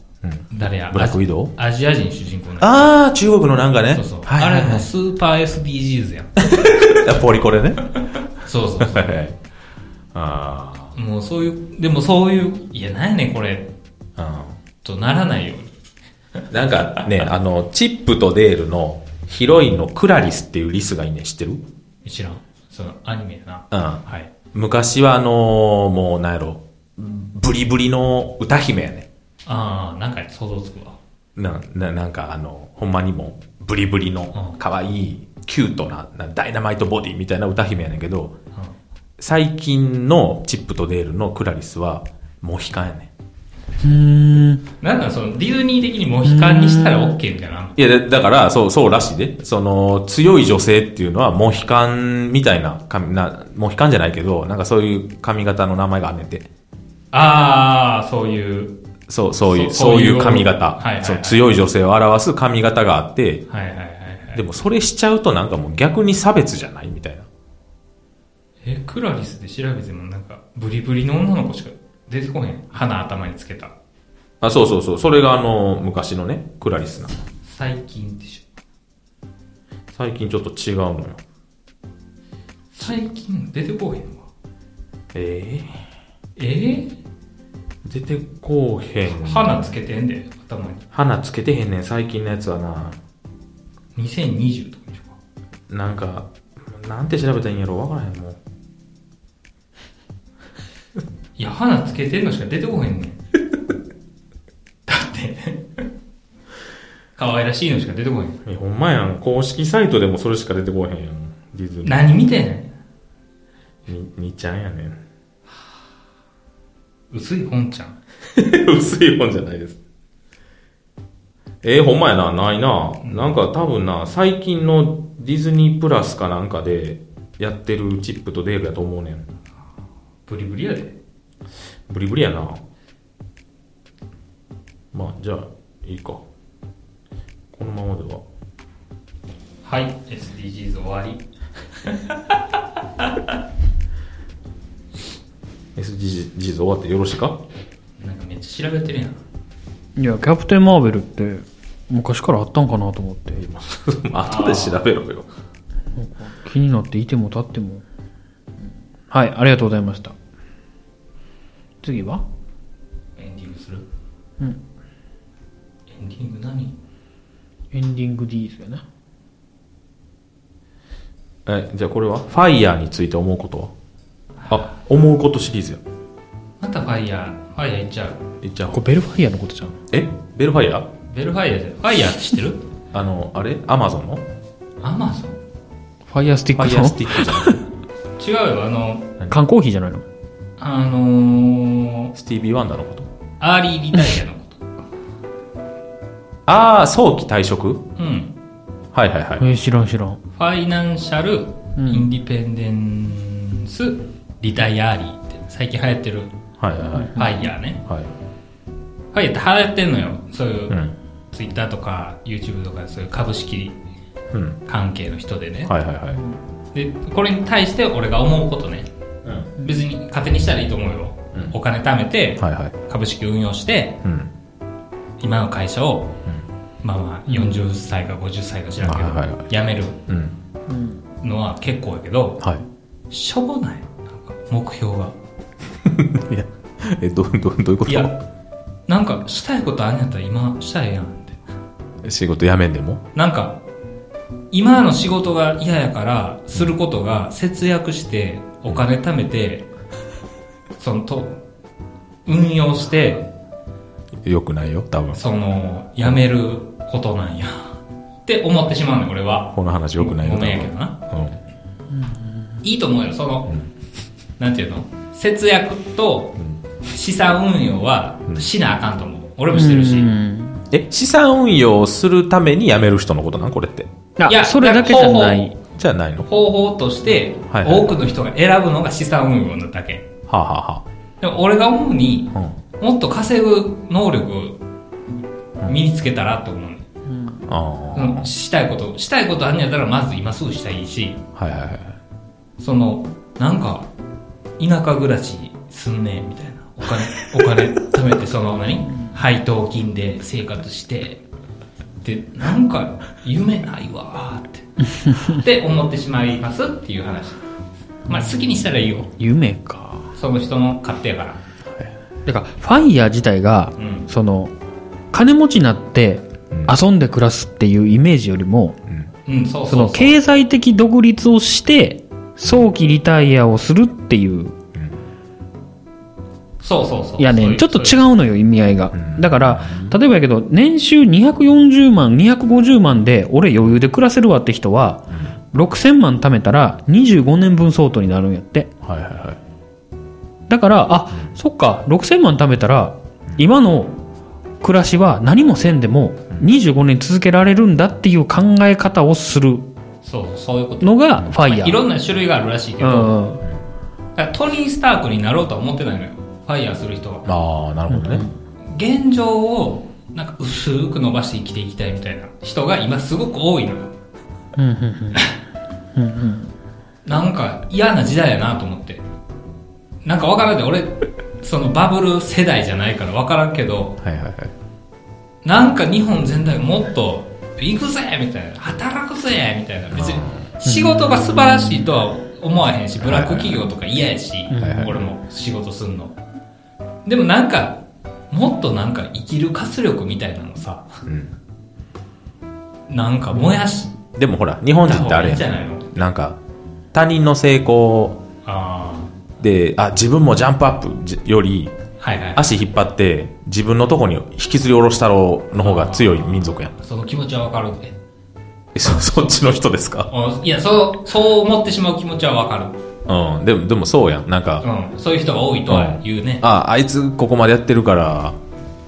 [SPEAKER 1] 誰や
[SPEAKER 3] ブラックウィドウ
[SPEAKER 1] アジア人主人公の。
[SPEAKER 3] ああ、中国のなんかね。
[SPEAKER 1] そうそう。
[SPEAKER 3] はいはい
[SPEAKER 1] あれ
[SPEAKER 3] は
[SPEAKER 1] も
[SPEAKER 3] い
[SPEAKER 1] スーパー SDGs やん。
[SPEAKER 3] あポリコレね。
[SPEAKER 1] そうそうそ
[SPEAKER 3] はいはい。あ
[SPEAKER 1] う。もうそういう、でもそういう、いや、なんやねんこれ、
[SPEAKER 3] あ。
[SPEAKER 1] とならないように。
[SPEAKER 3] うん。なんかね、あの、チップとデールのヒロインのクラリスっていうリスがいいねん知ってる
[SPEAKER 1] 知らん。そのアニメやな。
[SPEAKER 3] うん
[SPEAKER 1] はい。
[SPEAKER 3] 昔はあのーもうなんやろ、ブリブリの歌姫やね。
[SPEAKER 1] ああ、なんか想像つくわ。
[SPEAKER 3] な、な、なんかあの、ほんまにもうブリブリの
[SPEAKER 1] うん
[SPEAKER 3] 可愛い、キュートな、なダイナマイトボディみたいな歌姫やねんけど、
[SPEAKER 1] うん
[SPEAKER 3] 最近のチップとデールのクラリスは、モヒカンやね
[SPEAKER 2] うーん。
[SPEAKER 1] なんだそのディズニー的にモヒカンにしたら OK みたいな。
[SPEAKER 3] ん。いや、だだから、そう、そうらしいで。その、強い女性っていうのは、モヒカンみたいな髪、な、モヒカンじゃないけど、なんかそういう髪型の名前があんねんて。
[SPEAKER 1] ああ、そういう。
[SPEAKER 3] そう、そうい
[SPEAKER 1] そ
[SPEAKER 3] う、
[SPEAKER 1] う
[SPEAKER 3] そういう
[SPEAKER 1] そういう
[SPEAKER 3] 髪型。
[SPEAKER 1] はいはいはい
[SPEAKER 3] そう強い女性を表す髪型があって、
[SPEAKER 1] はいはいはいはい。
[SPEAKER 3] でもそれしちゃうとなんかもう逆に差別じゃないみたいな。
[SPEAKER 1] え、クラリスで調べてもなんか、ブリブリの女の子しか出てこへん。鼻頭につけた。
[SPEAKER 3] あ、そうそうそう。それがあの、昔のね、クラリスなの。
[SPEAKER 1] 最近でしょ。
[SPEAKER 3] 最近ちょっと違うのよ。
[SPEAKER 1] 最近出てこへんわ。
[SPEAKER 3] え
[SPEAKER 1] え
[SPEAKER 3] ー、出てこうへん。
[SPEAKER 1] ー、鼻つけてんで、頭に。
[SPEAKER 3] 花つけてへんねん、最近のやつはな。
[SPEAKER 1] 2020とかでしょか。
[SPEAKER 3] なんか、なんて調べたらいいんやろ、わからへんもん。
[SPEAKER 1] いや、鼻つけてんのしか出てこへんね ん。だって、可愛らしいのしか出てこへん。
[SPEAKER 3] え、ほんまやん。公式サイトでもそれしか出てこうへんやん。ディズニー。
[SPEAKER 1] 何見てんねん。
[SPEAKER 3] に、にちゃんやねん。
[SPEAKER 1] 薄い本ちゃん。
[SPEAKER 3] 薄いもんじゃないです。えー、ほんまやな、ないな。なんか多分な、最近のディズニープラスかなんかでやってるチップとデールやと思うねん。
[SPEAKER 1] ブリブリやで。
[SPEAKER 3] ブリブリやな。まあ、じゃあ、いいか。このままでは。
[SPEAKER 1] はい、SDGs 終わり。
[SPEAKER 3] SDGs 終わってよろしいか
[SPEAKER 1] なんかめっちゃ調べてるやん。
[SPEAKER 2] いや、キャプテン・マーベルって、昔からあったんかなと思って、
[SPEAKER 3] 後で調べろよ。
[SPEAKER 2] 気になっていても立っても。うんはい、ありがとうございました。次は
[SPEAKER 1] エンディングする
[SPEAKER 2] うん。
[SPEAKER 1] エンディング何
[SPEAKER 2] エンディング D ですよね。
[SPEAKER 3] え、じゃあこれはファイヤーについて思うことはあ、思うことシリーズや。
[SPEAKER 1] またファイヤー、ファイヤーいっちゃう。
[SPEAKER 3] いっちゃ
[SPEAKER 2] これ
[SPEAKER 3] う。
[SPEAKER 2] ベルファイアのことじゃん。
[SPEAKER 3] えベルファイヤー
[SPEAKER 1] ベルファイヤーで、ファイヤーって知ってる
[SPEAKER 3] あの、あれアマゾンのフ
[SPEAKER 1] アマゾン
[SPEAKER 2] ファイアスティッ
[SPEAKER 3] ァ
[SPEAKER 2] ク
[SPEAKER 3] イヤー
[SPEAKER 2] の
[SPEAKER 3] スティックじゃない。
[SPEAKER 1] 違うよ、あの、
[SPEAKER 2] 缶コーヒーじゃないの
[SPEAKER 1] あのー、
[SPEAKER 3] スティービー・ワンダーのこと
[SPEAKER 1] アーリーリタイアのこと。
[SPEAKER 3] ああ、早期退職
[SPEAKER 1] うん。
[SPEAKER 3] はいはいはい。
[SPEAKER 2] えー知らん知らん。
[SPEAKER 1] ファイナンシャル、
[SPEAKER 2] うん
[SPEAKER 1] インディペンデンス、リタイアーリーって、最近流行ってる
[SPEAKER 3] はいはいはい。
[SPEAKER 1] ファイヤーね。
[SPEAKER 3] はい。
[SPEAKER 1] ファイヤーって流行ってんのよ。そういう、
[SPEAKER 3] うん。
[SPEAKER 1] ツイッターとか YouTube とかそういう株式
[SPEAKER 3] うん。
[SPEAKER 1] 関係の人でね、
[SPEAKER 3] はいはいはい。
[SPEAKER 1] でこれに対して俺が思うことね
[SPEAKER 3] うん。
[SPEAKER 1] 別に勝手にしたらいいと思うよ、
[SPEAKER 3] うん
[SPEAKER 1] お金貯めて
[SPEAKER 3] はいはい。
[SPEAKER 1] 株式運用して
[SPEAKER 3] うん。
[SPEAKER 1] 今の会社を、まあまあ40歳か50歳か知らんけど、
[SPEAKER 3] はいはいは
[SPEAKER 1] 辞める
[SPEAKER 3] うん。
[SPEAKER 2] うん。
[SPEAKER 1] のは結構やけど
[SPEAKER 3] はい。
[SPEAKER 1] しょぼないなんか目標が
[SPEAKER 3] いや、え、ど、ど、どういうこ
[SPEAKER 1] いやなんかしたいことあんやったら今したらええやんって
[SPEAKER 3] と仕事辞めんでも
[SPEAKER 1] なんか、今の仕事が嫌やから、することが節約して、お金貯めて、そのと、運用して、
[SPEAKER 3] よくないよ、多分。
[SPEAKER 1] その、辞めることなんや。って思ってしまうね、俺は。
[SPEAKER 3] この話よくないよ、
[SPEAKER 1] ご
[SPEAKER 3] 多
[SPEAKER 1] めんやけ
[SPEAKER 3] 分
[SPEAKER 1] ど。な。
[SPEAKER 3] うん。
[SPEAKER 1] いいと思うよ、その、なんていうの節約と資産運用はしなあかんと思う。俺もしてるし。
[SPEAKER 2] うん
[SPEAKER 3] え、資産運用をするために辞める人のことなんこれって。
[SPEAKER 2] あ
[SPEAKER 1] いや
[SPEAKER 2] それだけじゃない。
[SPEAKER 1] 方
[SPEAKER 3] じゃないのは
[SPEAKER 1] 方法として、
[SPEAKER 3] はいはい
[SPEAKER 1] 多くの人が選ぶのが資産運用なだけ。
[SPEAKER 3] あ、は
[SPEAKER 1] でも俺が思うに
[SPEAKER 3] あ、は
[SPEAKER 1] もっと稼ぐ能力を身につけたらと思うね、
[SPEAKER 3] あ。
[SPEAKER 1] う
[SPEAKER 3] うん。あ
[SPEAKER 1] ん、したいことしたいことあんねやったらまず今すぐしたいし
[SPEAKER 3] あ。はいはいはい。
[SPEAKER 1] そのなんか田舎暮らしすんねみたいなお金お金貯めてその何配当金で生活してでなんか夢ないわ ーってって思ってしまいますっていう話まあ好きにしたらいいよ
[SPEAKER 2] 夢か。
[SPEAKER 1] その人の勝手やから
[SPEAKER 2] だから、ファイヤー自体が、
[SPEAKER 1] うん
[SPEAKER 2] その、金持ちになって
[SPEAKER 3] うん
[SPEAKER 2] 遊んで暮らすっていうイメージよりも、
[SPEAKER 3] うん。
[SPEAKER 1] うんそう
[SPEAKER 2] そ
[SPEAKER 1] そう
[SPEAKER 2] の
[SPEAKER 1] そう
[SPEAKER 2] 経済的独立をして、早期リタイアをするっていう
[SPEAKER 1] そうそうそう
[SPEAKER 2] いや
[SPEAKER 1] そう
[SPEAKER 2] ね
[SPEAKER 1] う
[SPEAKER 2] ちょっと違
[SPEAKER 1] そう
[SPEAKER 2] のよ意味合いが、だから例えばやけど年収240万250万で俺余裕で暮らせるわって人は、6000万貯めたら25年分相当になるんやって
[SPEAKER 3] はいはいはい。
[SPEAKER 2] だからあ、そっか6000万貯めたら今の暮らしは何もせんでも25年続けられるんだっていう考え方をする
[SPEAKER 1] そうそうそういうこと
[SPEAKER 2] のがファイヤ
[SPEAKER 1] い
[SPEAKER 2] ー、
[SPEAKER 1] ろんな種類があるらしいけ
[SPEAKER 2] う
[SPEAKER 1] ど、
[SPEAKER 2] ん
[SPEAKER 1] だからトニー・スタークになろうとは思ってないのよファイヤーする人は
[SPEAKER 3] ああ、なるほどね。
[SPEAKER 1] 現状をなんか薄く伸ばして生きていきたいみたいな人が今すごく多いのよ
[SPEAKER 2] うんうん
[SPEAKER 1] なんか嫌な時代やなと思ってなんかわからんで俺そのバブル世代じゃないからわからんけど
[SPEAKER 3] はいはいはい。
[SPEAKER 1] なんか日本全体もっと行くぜみたいな働くぜみたいな別に仕事が素晴らしいとは思わへんしブラック企業とか嫌やし
[SPEAKER 3] はい
[SPEAKER 1] 俺も仕事すんのでもなんかもっとなんか生きる活力みたいなのさ
[SPEAKER 3] うん。
[SPEAKER 1] なんか燃やし
[SPEAKER 3] でもほら、日本人ってあれ
[SPEAKER 1] いいんじゃ
[SPEAKER 3] や
[SPEAKER 1] ないの
[SPEAKER 3] ん。なんか、他人の成功
[SPEAKER 1] あ
[SPEAKER 3] で、あ、自分もジャンプアップじより、
[SPEAKER 1] あはいはい
[SPEAKER 3] 足引っ張って、自分のとこに引きずり下ろしたろうの方が強い民族やん。
[SPEAKER 1] その気持ちはわかるえ
[SPEAKER 3] えそ、そっちの人ですか
[SPEAKER 1] あいやそうそう思ってしまう気持ちはわかる、
[SPEAKER 3] うん。でも、でもそうやん。なんか、
[SPEAKER 1] うん、そういう人が多いとは言うね、
[SPEAKER 3] ああいつここまでやってるからっ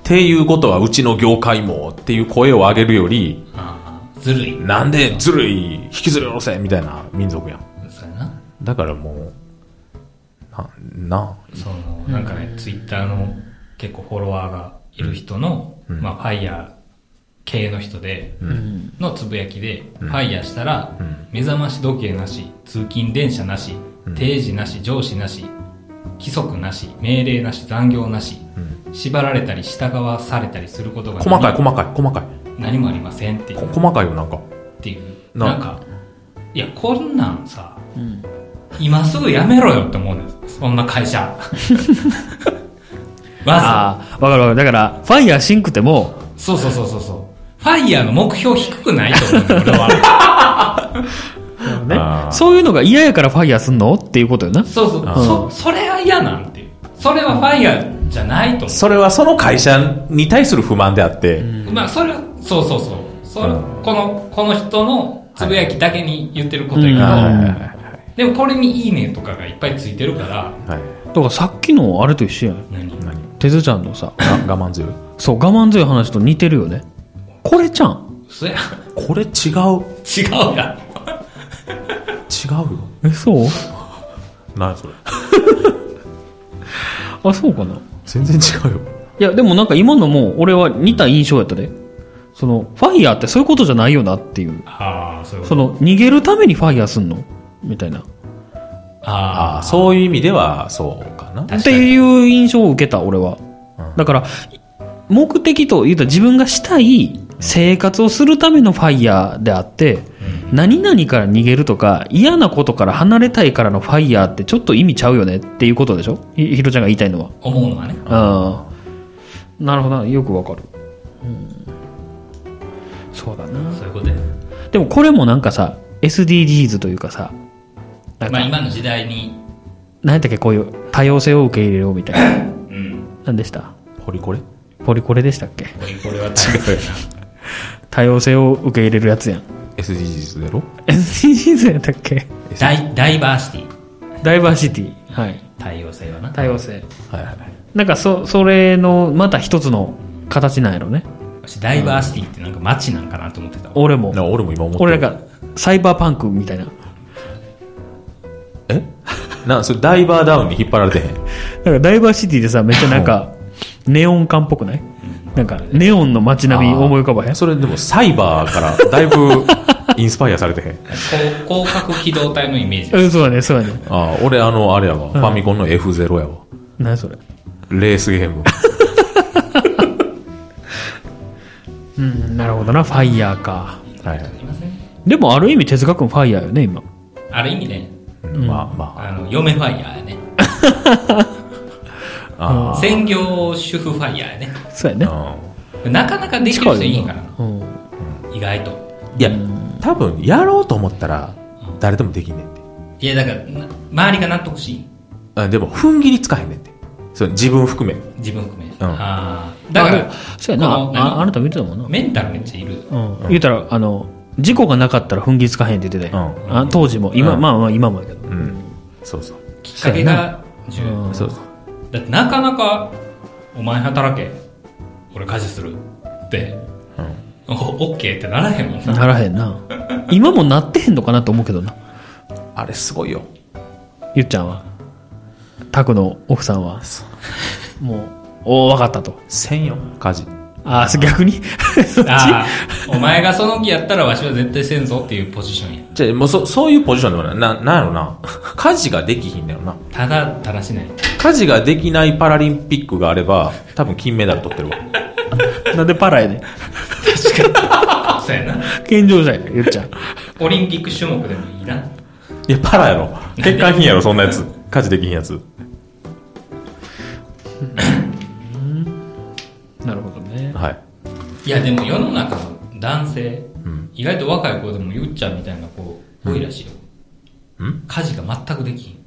[SPEAKER 3] ていうことはうちの業界もっていう声を上げるより
[SPEAKER 1] ああずるい
[SPEAKER 3] なんでずるい引きずり下ろせみたいな民族やん
[SPEAKER 1] そうやな
[SPEAKER 3] だからもうなな
[SPEAKER 1] そのなんかね、ツイッターの結構フォロワーがいる人の、まあ、ファイヤ系の人で、
[SPEAKER 2] うん。
[SPEAKER 1] のつぶやきで、ファイヤーしたら、目覚まし時計なし、通勤電車なし、定時なし、上司なし、規則なし、命令なし、残業なし、縛られたり従わされたりすることが
[SPEAKER 3] 細かい、
[SPEAKER 1] 何
[SPEAKER 3] 細かい、細かい。
[SPEAKER 1] 何もありませんっていう
[SPEAKER 3] こ細かいよ、なんか。
[SPEAKER 1] っていう
[SPEAKER 3] な
[SPEAKER 1] なんかいやこんなんさ、今すぐやめろよって思うんですそんな会社ま
[SPEAKER 2] ああ、わかるわかる。だから、ファイヤーしんくても、
[SPEAKER 1] ずそうそうそうそうそうファイヤーの目標低くないと思うんだよ俺は
[SPEAKER 2] ね
[SPEAKER 3] あ、ー
[SPEAKER 2] そういうのが嫌やからファイヤーすんのっていうことよな。
[SPEAKER 1] そうそう、
[SPEAKER 3] ん
[SPEAKER 1] そそれは嫌なんていうそれはファイヤーじゃないと思
[SPEAKER 3] それはその会社に対する不満であって、
[SPEAKER 1] う、まあそれはそうそうそうそ、
[SPEAKER 3] うん
[SPEAKER 1] このこの人のつぶやきだけに言ってることやけど、
[SPEAKER 3] はいはいはい
[SPEAKER 1] でもこれに「いいね」とかがいっぱいついてるから
[SPEAKER 3] はい。はい
[SPEAKER 2] だからさっきのあれと一緒やん。
[SPEAKER 1] 何
[SPEAKER 3] 何
[SPEAKER 2] てずちゃんのさ、
[SPEAKER 3] が我慢強い。
[SPEAKER 2] そう、我慢強い話と似てるよね。これちゃん。
[SPEAKER 1] そや
[SPEAKER 3] これ違う。
[SPEAKER 1] 違うやん
[SPEAKER 3] 違うよ。
[SPEAKER 2] え、そう
[SPEAKER 3] 何それ。
[SPEAKER 2] あ、そうかな。
[SPEAKER 3] 全然違うよ。
[SPEAKER 2] いや、でもなんか今のも俺は似た印象やったで。その、ファイヤーってそういうことじゃないよなっていう。
[SPEAKER 1] ああそういうこと
[SPEAKER 2] その、逃げるためにファイヤーすんのみたいな。っ
[SPEAKER 1] あ
[SPEAKER 3] ああ、そういう意味では、そうかな。
[SPEAKER 1] 確
[SPEAKER 2] て
[SPEAKER 1] かに
[SPEAKER 2] いう印象を受けた、俺は。だから、目的というと自分がしたい生活をするためのファイヤーであって、何々から逃げるとか、嫌なことから離れたいからのファイヤーってちょっと意味ちゃうよねっていうことでしょひひろちゃんが言いたいのは。
[SPEAKER 1] あ思うのはね
[SPEAKER 2] ああなるほどなよくわかる、そうだな
[SPEAKER 1] そういうことや
[SPEAKER 2] でもこれもなんかさ SDGs というかさなん
[SPEAKER 1] ま
[SPEAKER 2] か
[SPEAKER 1] あ今の時代に
[SPEAKER 2] 何やったっけこういう多様性を受け入れようみたいな
[SPEAKER 1] うん
[SPEAKER 2] 何でした
[SPEAKER 3] ポリコレ
[SPEAKER 2] ポリコレでしたっけ
[SPEAKER 1] これこれは違う
[SPEAKER 2] 多様性を受け入れるやつやん
[SPEAKER 3] ?SDGs だろ
[SPEAKER 2] SDGs やったっけ
[SPEAKER 1] ダイダイバーシティ
[SPEAKER 2] ダイバーシティはい
[SPEAKER 1] 多様性はな
[SPEAKER 2] 多様性
[SPEAKER 3] はいはいはい。
[SPEAKER 2] なんかそそれのまた一つの形なんやろね
[SPEAKER 1] 私ダイバーシティってなんか街なんかなと思ってたわ
[SPEAKER 2] 俺も
[SPEAKER 3] な俺も今思ってる。
[SPEAKER 2] 俺なんかサイバーパンクみたいな
[SPEAKER 3] え な、それダイバーダウンに引っ張られてへん。
[SPEAKER 2] なんかダイバーシティでさ、めっちゃなんか、ネオン感っぽくないなんか、ネオンの街並み思い浮かばへん
[SPEAKER 3] それでもサイバーからだいぶインスパイアされてへん。
[SPEAKER 1] こう広角機動隊のイメージ
[SPEAKER 2] うん、そうだね、そうだね。
[SPEAKER 3] ああ、俺あの、あれやわ。ファミコンの F0 やわ。
[SPEAKER 2] 何それ。
[SPEAKER 3] レースゲーム。
[SPEAKER 2] うん、なるほどな、ファイヤーか。
[SPEAKER 3] はいはい
[SPEAKER 1] あ。りません
[SPEAKER 2] でもある意味、手塚くんファイヤーよね、今。
[SPEAKER 1] ある意味ね
[SPEAKER 3] うんまあま
[SPEAKER 1] あの嫁ファイヤーやね
[SPEAKER 3] あ。あ
[SPEAKER 1] 専業主婦ファイヤーやね
[SPEAKER 2] そうや
[SPEAKER 3] あ
[SPEAKER 2] ね。
[SPEAKER 1] なかなかできる人いいんかな
[SPEAKER 2] うん。
[SPEAKER 1] 意外と
[SPEAKER 3] うんいや、多分やろうと思ったら誰でもできんねんて。
[SPEAKER 1] いやだからな周りが納得し
[SPEAKER 3] あでも、踏ん切りつかへんねんて。そう自分含め。
[SPEAKER 1] 自分含め、
[SPEAKER 3] ん
[SPEAKER 1] ああだか
[SPEAKER 2] あ
[SPEAKER 1] ら
[SPEAKER 2] そうやな、
[SPEAKER 1] この何
[SPEAKER 2] ああなた見てたもんな。
[SPEAKER 1] メンタルめっちゃいる
[SPEAKER 2] うん。言うたら、あの、事故がなかったら踏ん切りつかへんって言ってたよ
[SPEAKER 3] う
[SPEAKER 2] あ当時も。今、
[SPEAKER 3] うん
[SPEAKER 2] まあまあ今もやけど。
[SPEAKER 3] うん。そうそう。
[SPEAKER 1] きっかけが重要
[SPEAKER 2] うん
[SPEAKER 3] そうそう。
[SPEAKER 1] だってなかなか「お前働け俺家事する」って、おオッケーってならへん もんな
[SPEAKER 2] ならへんな。今もなってへんのかなと思うけどな。
[SPEAKER 3] あれすごいよ。
[SPEAKER 2] ゆっちゃんはタクの奥さんはもうおお分かったと
[SPEAKER 3] せんよ、家事。
[SPEAKER 2] ああ逆にそっち
[SPEAKER 1] ああお前がその気やったらわしは絶対せんぞっていうポジションや
[SPEAKER 3] じゃあもうそ、そういうポジションでもない。な、なんやろな。家事ができひんだよな。
[SPEAKER 1] ただただしない
[SPEAKER 3] 家事ができないパラリンピックがあれば、多分金メダル取ってるわ。
[SPEAKER 2] なんでパラやねん
[SPEAKER 1] そうやな
[SPEAKER 2] 健常者やねゆっちゃん
[SPEAKER 1] オリンピック種目でもいいない
[SPEAKER 3] や、パラやろ。欠陥品やろ、そんなやつ。家事できひんやつ。
[SPEAKER 2] なるほどね
[SPEAKER 3] はい。
[SPEAKER 1] いやでも世の中の男性、意外と若い子でもゆっちゃんみたいな子多いらしいよ、
[SPEAKER 3] うん
[SPEAKER 1] 家事が全くできひんって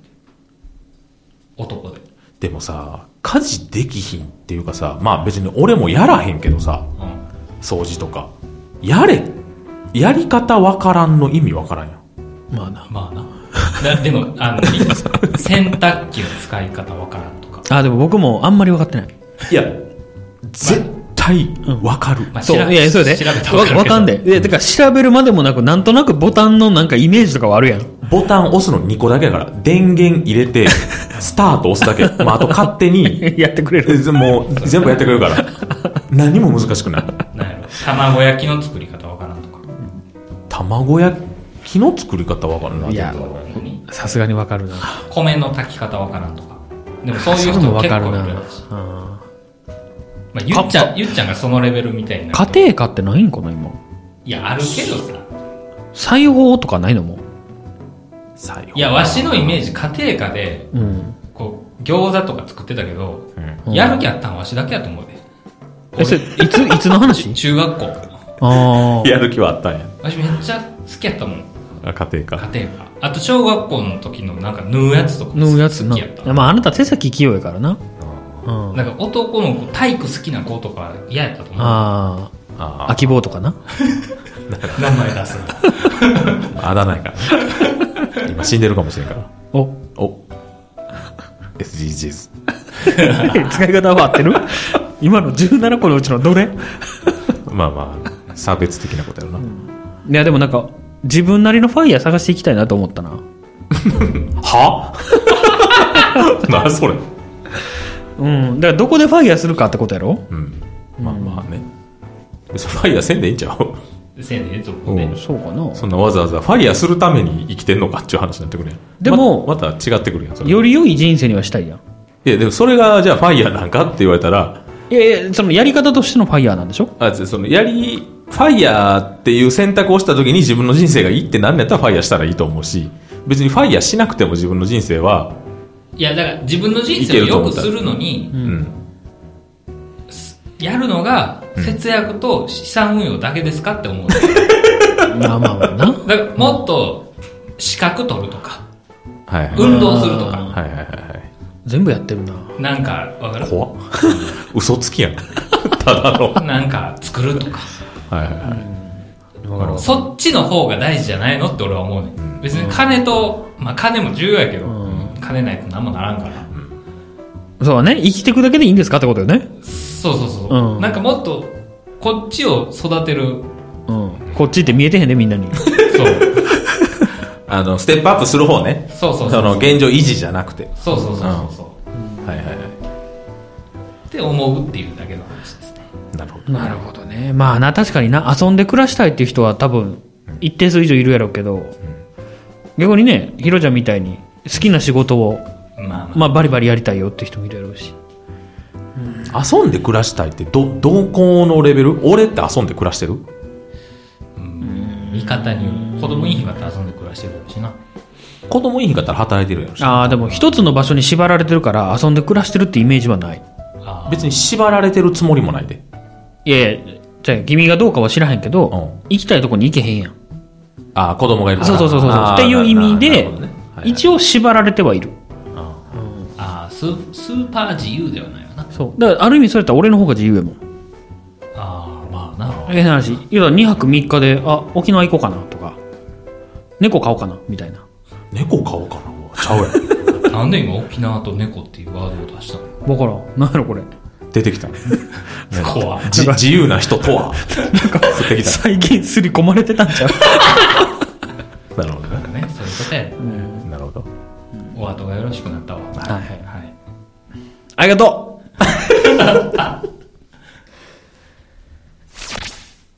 [SPEAKER 1] 男で、
[SPEAKER 3] でもさ、家事できひんっていうかさ、まあ別に俺もやらへんけどさ、
[SPEAKER 1] うん
[SPEAKER 3] 掃除とか。やれやり方わからんの意味わからんやん。
[SPEAKER 2] まあな
[SPEAKER 1] まあな。だでも、あの、洗濯機の使い方わからんとか。
[SPEAKER 2] あーでも僕もあんまり分かってない
[SPEAKER 3] いや、絶対わかる。
[SPEAKER 1] まあ
[SPEAKER 2] そ
[SPEAKER 1] 調
[SPEAKER 2] う
[SPEAKER 1] べ
[SPEAKER 2] いやそうや
[SPEAKER 1] 調
[SPEAKER 2] で
[SPEAKER 1] べたら
[SPEAKER 2] わ
[SPEAKER 1] わかるけど
[SPEAKER 2] わかんでいやてか調べるまでもなくなんとなくボタンのなんかイメージとかはあるやん
[SPEAKER 3] ボタン押すの2個だけやから、電源入れて、スタート押すだけ。まあ、あと勝手に、
[SPEAKER 2] やってくれる。
[SPEAKER 3] もう全部やってくれるから。何も難しくない。
[SPEAKER 1] なんやろ卵焼きの作り方わからんとか。
[SPEAKER 3] 卵焼きの作り方わからんない。
[SPEAKER 2] いや
[SPEAKER 1] 何
[SPEAKER 2] さすがにわかるな。
[SPEAKER 1] 米の炊き方わからんとか。でもそういう人
[SPEAKER 2] れもわ
[SPEAKER 1] 結
[SPEAKER 2] かる
[SPEAKER 1] 構いる
[SPEAKER 2] な
[SPEAKER 1] らしい。。まあ、ゆっちゃん、ゆっちゃんがそのレベルみたいになる
[SPEAKER 2] 家庭科ってないんかな、今。
[SPEAKER 1] いや、あるけどさ。
[SPEAKER 2] 裁縫とかないのも
[SPEAKER 3] 最後
[SPEAKER 1] いや、わしのイメージ、家庭科で、
[SPEAKER 2] う。うん。
[SPEAKER 1] こう、餃子とか作ってたけど、
[SPEAKER 3] う
[SPEAKER 2] う
[SPEAKER 3] ん
[SPEAKER 2] ん
[SPEAKER 1] やる気あったんわしだけやと思うで。
[SPEAKER 2] え、それ、いつ、 いつの話
[SPEAKER 1] 中学校。
[SPEAKER 2] ああ。
[SPEAKER 3] やる気はあったんや。
[SPEAKER 1] わしめっちゃ好きやったもん、
[SPEAKER 3] 家庭か。
[SPEAKER 1] 家庭科。あと、小学校の時のなんか、縫うやつとかも
[SPEAKER 2] 縫うやつ
[SPEAKER 1] 好
[SPEAKER 2] な
[SPEAKER 1] きやった。。
[SPEAKER 2] まあ、あなた手先器用やからな。うん。
[SPEAKER 1] なんか男の子、体育好きな子とか嫌やったと思う。
[SPEAKER 2] ああ。
[SPEAKER 3] あ
[SPEAKER 2] 空き棒とかな。
[SPEAKER 1] 名前出すの。
[SPEAKER 3] あ、あ だないから。今死んでるかもしれんから。
[SPEAKER 2] お。
[SPEAKER 3] お SDGs。
[SPEAKER 2] 使い方は合って る今の17個のうちのどれ
[SPEAKER 3] まあまあ、差別的なことやろな。
[SPEAKER 2] いや、でもなんか、自分なりのファイヤー探していきたいなと思ったな。
[SPEAKER 3] は なそれ。
[SPEAKER 2] うん。だから、どこでファイヤーするかってことやろ
[SPEAKER 3] うん。まあまあね。別にファイヤーせんでいいんちゃう
[SPEAKER 1] せんでええと思う
[SPEAKER 3] う
[SPEAKER 1] ね
[SPEAKER 3] ん。
[SPEAKER 2] そうかな。
[SPEAKER 3] そんなわざわざファイヤーするために生きてんのかっていう話になってくるやん。
[SPEAKER 2] でも
[SPEAKER 3] ま、また違ってくるやん、それ。
[SPEAKER 2] より良い人生にはしたいやん。
[SPEAKER 3] いや、でもそれが、じゃあファイヤーなんかって言われたら、
[SPEAKER 2] いやいや、そのやり方としてのファイヤーなんでしょ
[SPEAKER 3] あ、じゃあその、やり、ファイヤーっていう選択をした時に自分の人生がいいってなんのやったらファイヤーしたらいいと思うし、別にファイヤーしなくても自分の人生は、
[SPEAKER 1] いや、だから自分の人生を良くするのに
[SPEAKER 3] う、ん、
[SPEAKER 1] やるのが節約と資産運用だけですかって思う。
[SPEAKER 2] まあまあまあな。
[SPEAKER 1] だからもっと資格取るとか、
[SPEAKER 3] はいはい。
[SPEAKER 1] 運動するとか、
[SPEAKER 3] はいはいはい
[SPEAKER 2] 全部やってるな。
[SPEAKER 1] なんか、わか
[SPEAKER 3] はい。
[SPEAKER 1] る
[SPEAKER 3] 怖っ 嘘つきやん。ただの。はい
[SPEAKER 1] なんか作るとか、
[SPEAKER 3] はいはい。
[SPEAKER 2] わかるわ。
[SPEAKER 1] そっちの方が大事じゃないのって俺は思うねん。別に金と、まあ金も重要やけど、金ないと何もならんから。
[SPEAKER 2] そうね。生きていくだけでいいんですかってことよね。
[SPEAKER 1] そうそうそうう。
[SPEAKER 2] ん
[SPEAKER 1] なんかもっと、こっちを育てる、
[SPEAKER 2] うん。こっちって見えてへんで、みんなに。
[SPEAKER 1] そう。
[SPEAKER 3] あの、ステップアップする方ね。
[SPEAKER 1] そうそうそ。
[SPEAKER 3] そうの、現状維持じゃなくて。
[SPEAKER 1] そうそうそうそうそう。
[SPEAKER 3] はいはいは
[SPEAKER 1] って思うっていうだけの話ですね。
[SPEAKER 3] い。なるほど。
[SPEAKER 2] なるほどね。まあな、確かにな、遊んで暮らしたいっていう人は多分、一定数以上いるやろうけど、逆にね、ひろちゃんみたいに、好きな仕事を、
[SPEAKER 1] まあまあ。
[SPEAKER 2] まあ、バリバリやりたいよって人もいるやろうし。
[SPEAKER 3] 遊んで暮らしたいってど、どこのレベル俺って遊んで暮らしてる
[SPEAKER 1] うん味方による子供いい日があって遊んで暮らしてるやろしな
[SPEAKER 3] 子供いい日があったら働いてるやろし。
[SPEAKER 2] ああ、でも一つの場所に縛られてるから、遊んで暮らしてるってイメージはない。
[SPEAKER 1] あ
[SPEAKER 3] 別に縛られてるつもりもないで。
[SPEAKER 2] いやいや、じゃあ君がどうかは知らへんけど、
[SPEAKER 3] うん
[SPEAKER 2] 行きたいとこに行けへんやん。
[SPEAKER 3] ああ、子供がいるから。
[SPEAKER 2] そうそうそうそうそう。
[SPEAKER 3] あー
[SPEAKER 2] っていう意味
[SPEAKER 3] ななな
[SPEAKER 2] で
[SPEAKER 3] るほどね、はい
[SPEAKER 2] 一応縛られてはいる。
[SPEAKER 1] あーススーパー自由ではないよな
[SPEAKER 2] そう。だから、ある意味それやったら俺の方が自由やもん。
[SPEAKER 1] ああまあな
[SPEAKER 2] 変な話言うたら2泊3日であ沖縄行こうかなとか猫買おうかなみたいな
[SPEAKER 3] 猫買おうかな。ちゃうやん。
[SPEAKER 1] なんで今沖縄と猫っていうワードを出したの
[SPEAKER 2] わからん何やろこれ
[SPEAKER 3] 出てき た。ね
[SPEAKER 1] 怖い
[SPEAKER 3] じ自由 な人とは。出てきた。
[SPEAKER 2] 最近刷り込まれてたんちゃう
[SPEAKER 3] なるほどね。
[SPEAKER 1] ねそういうことやね
[SPEAKER 3] なるほど。
[SPEAKER 1] お後がよろしくなったわはいはい
[SPEAKER 2] ありがとう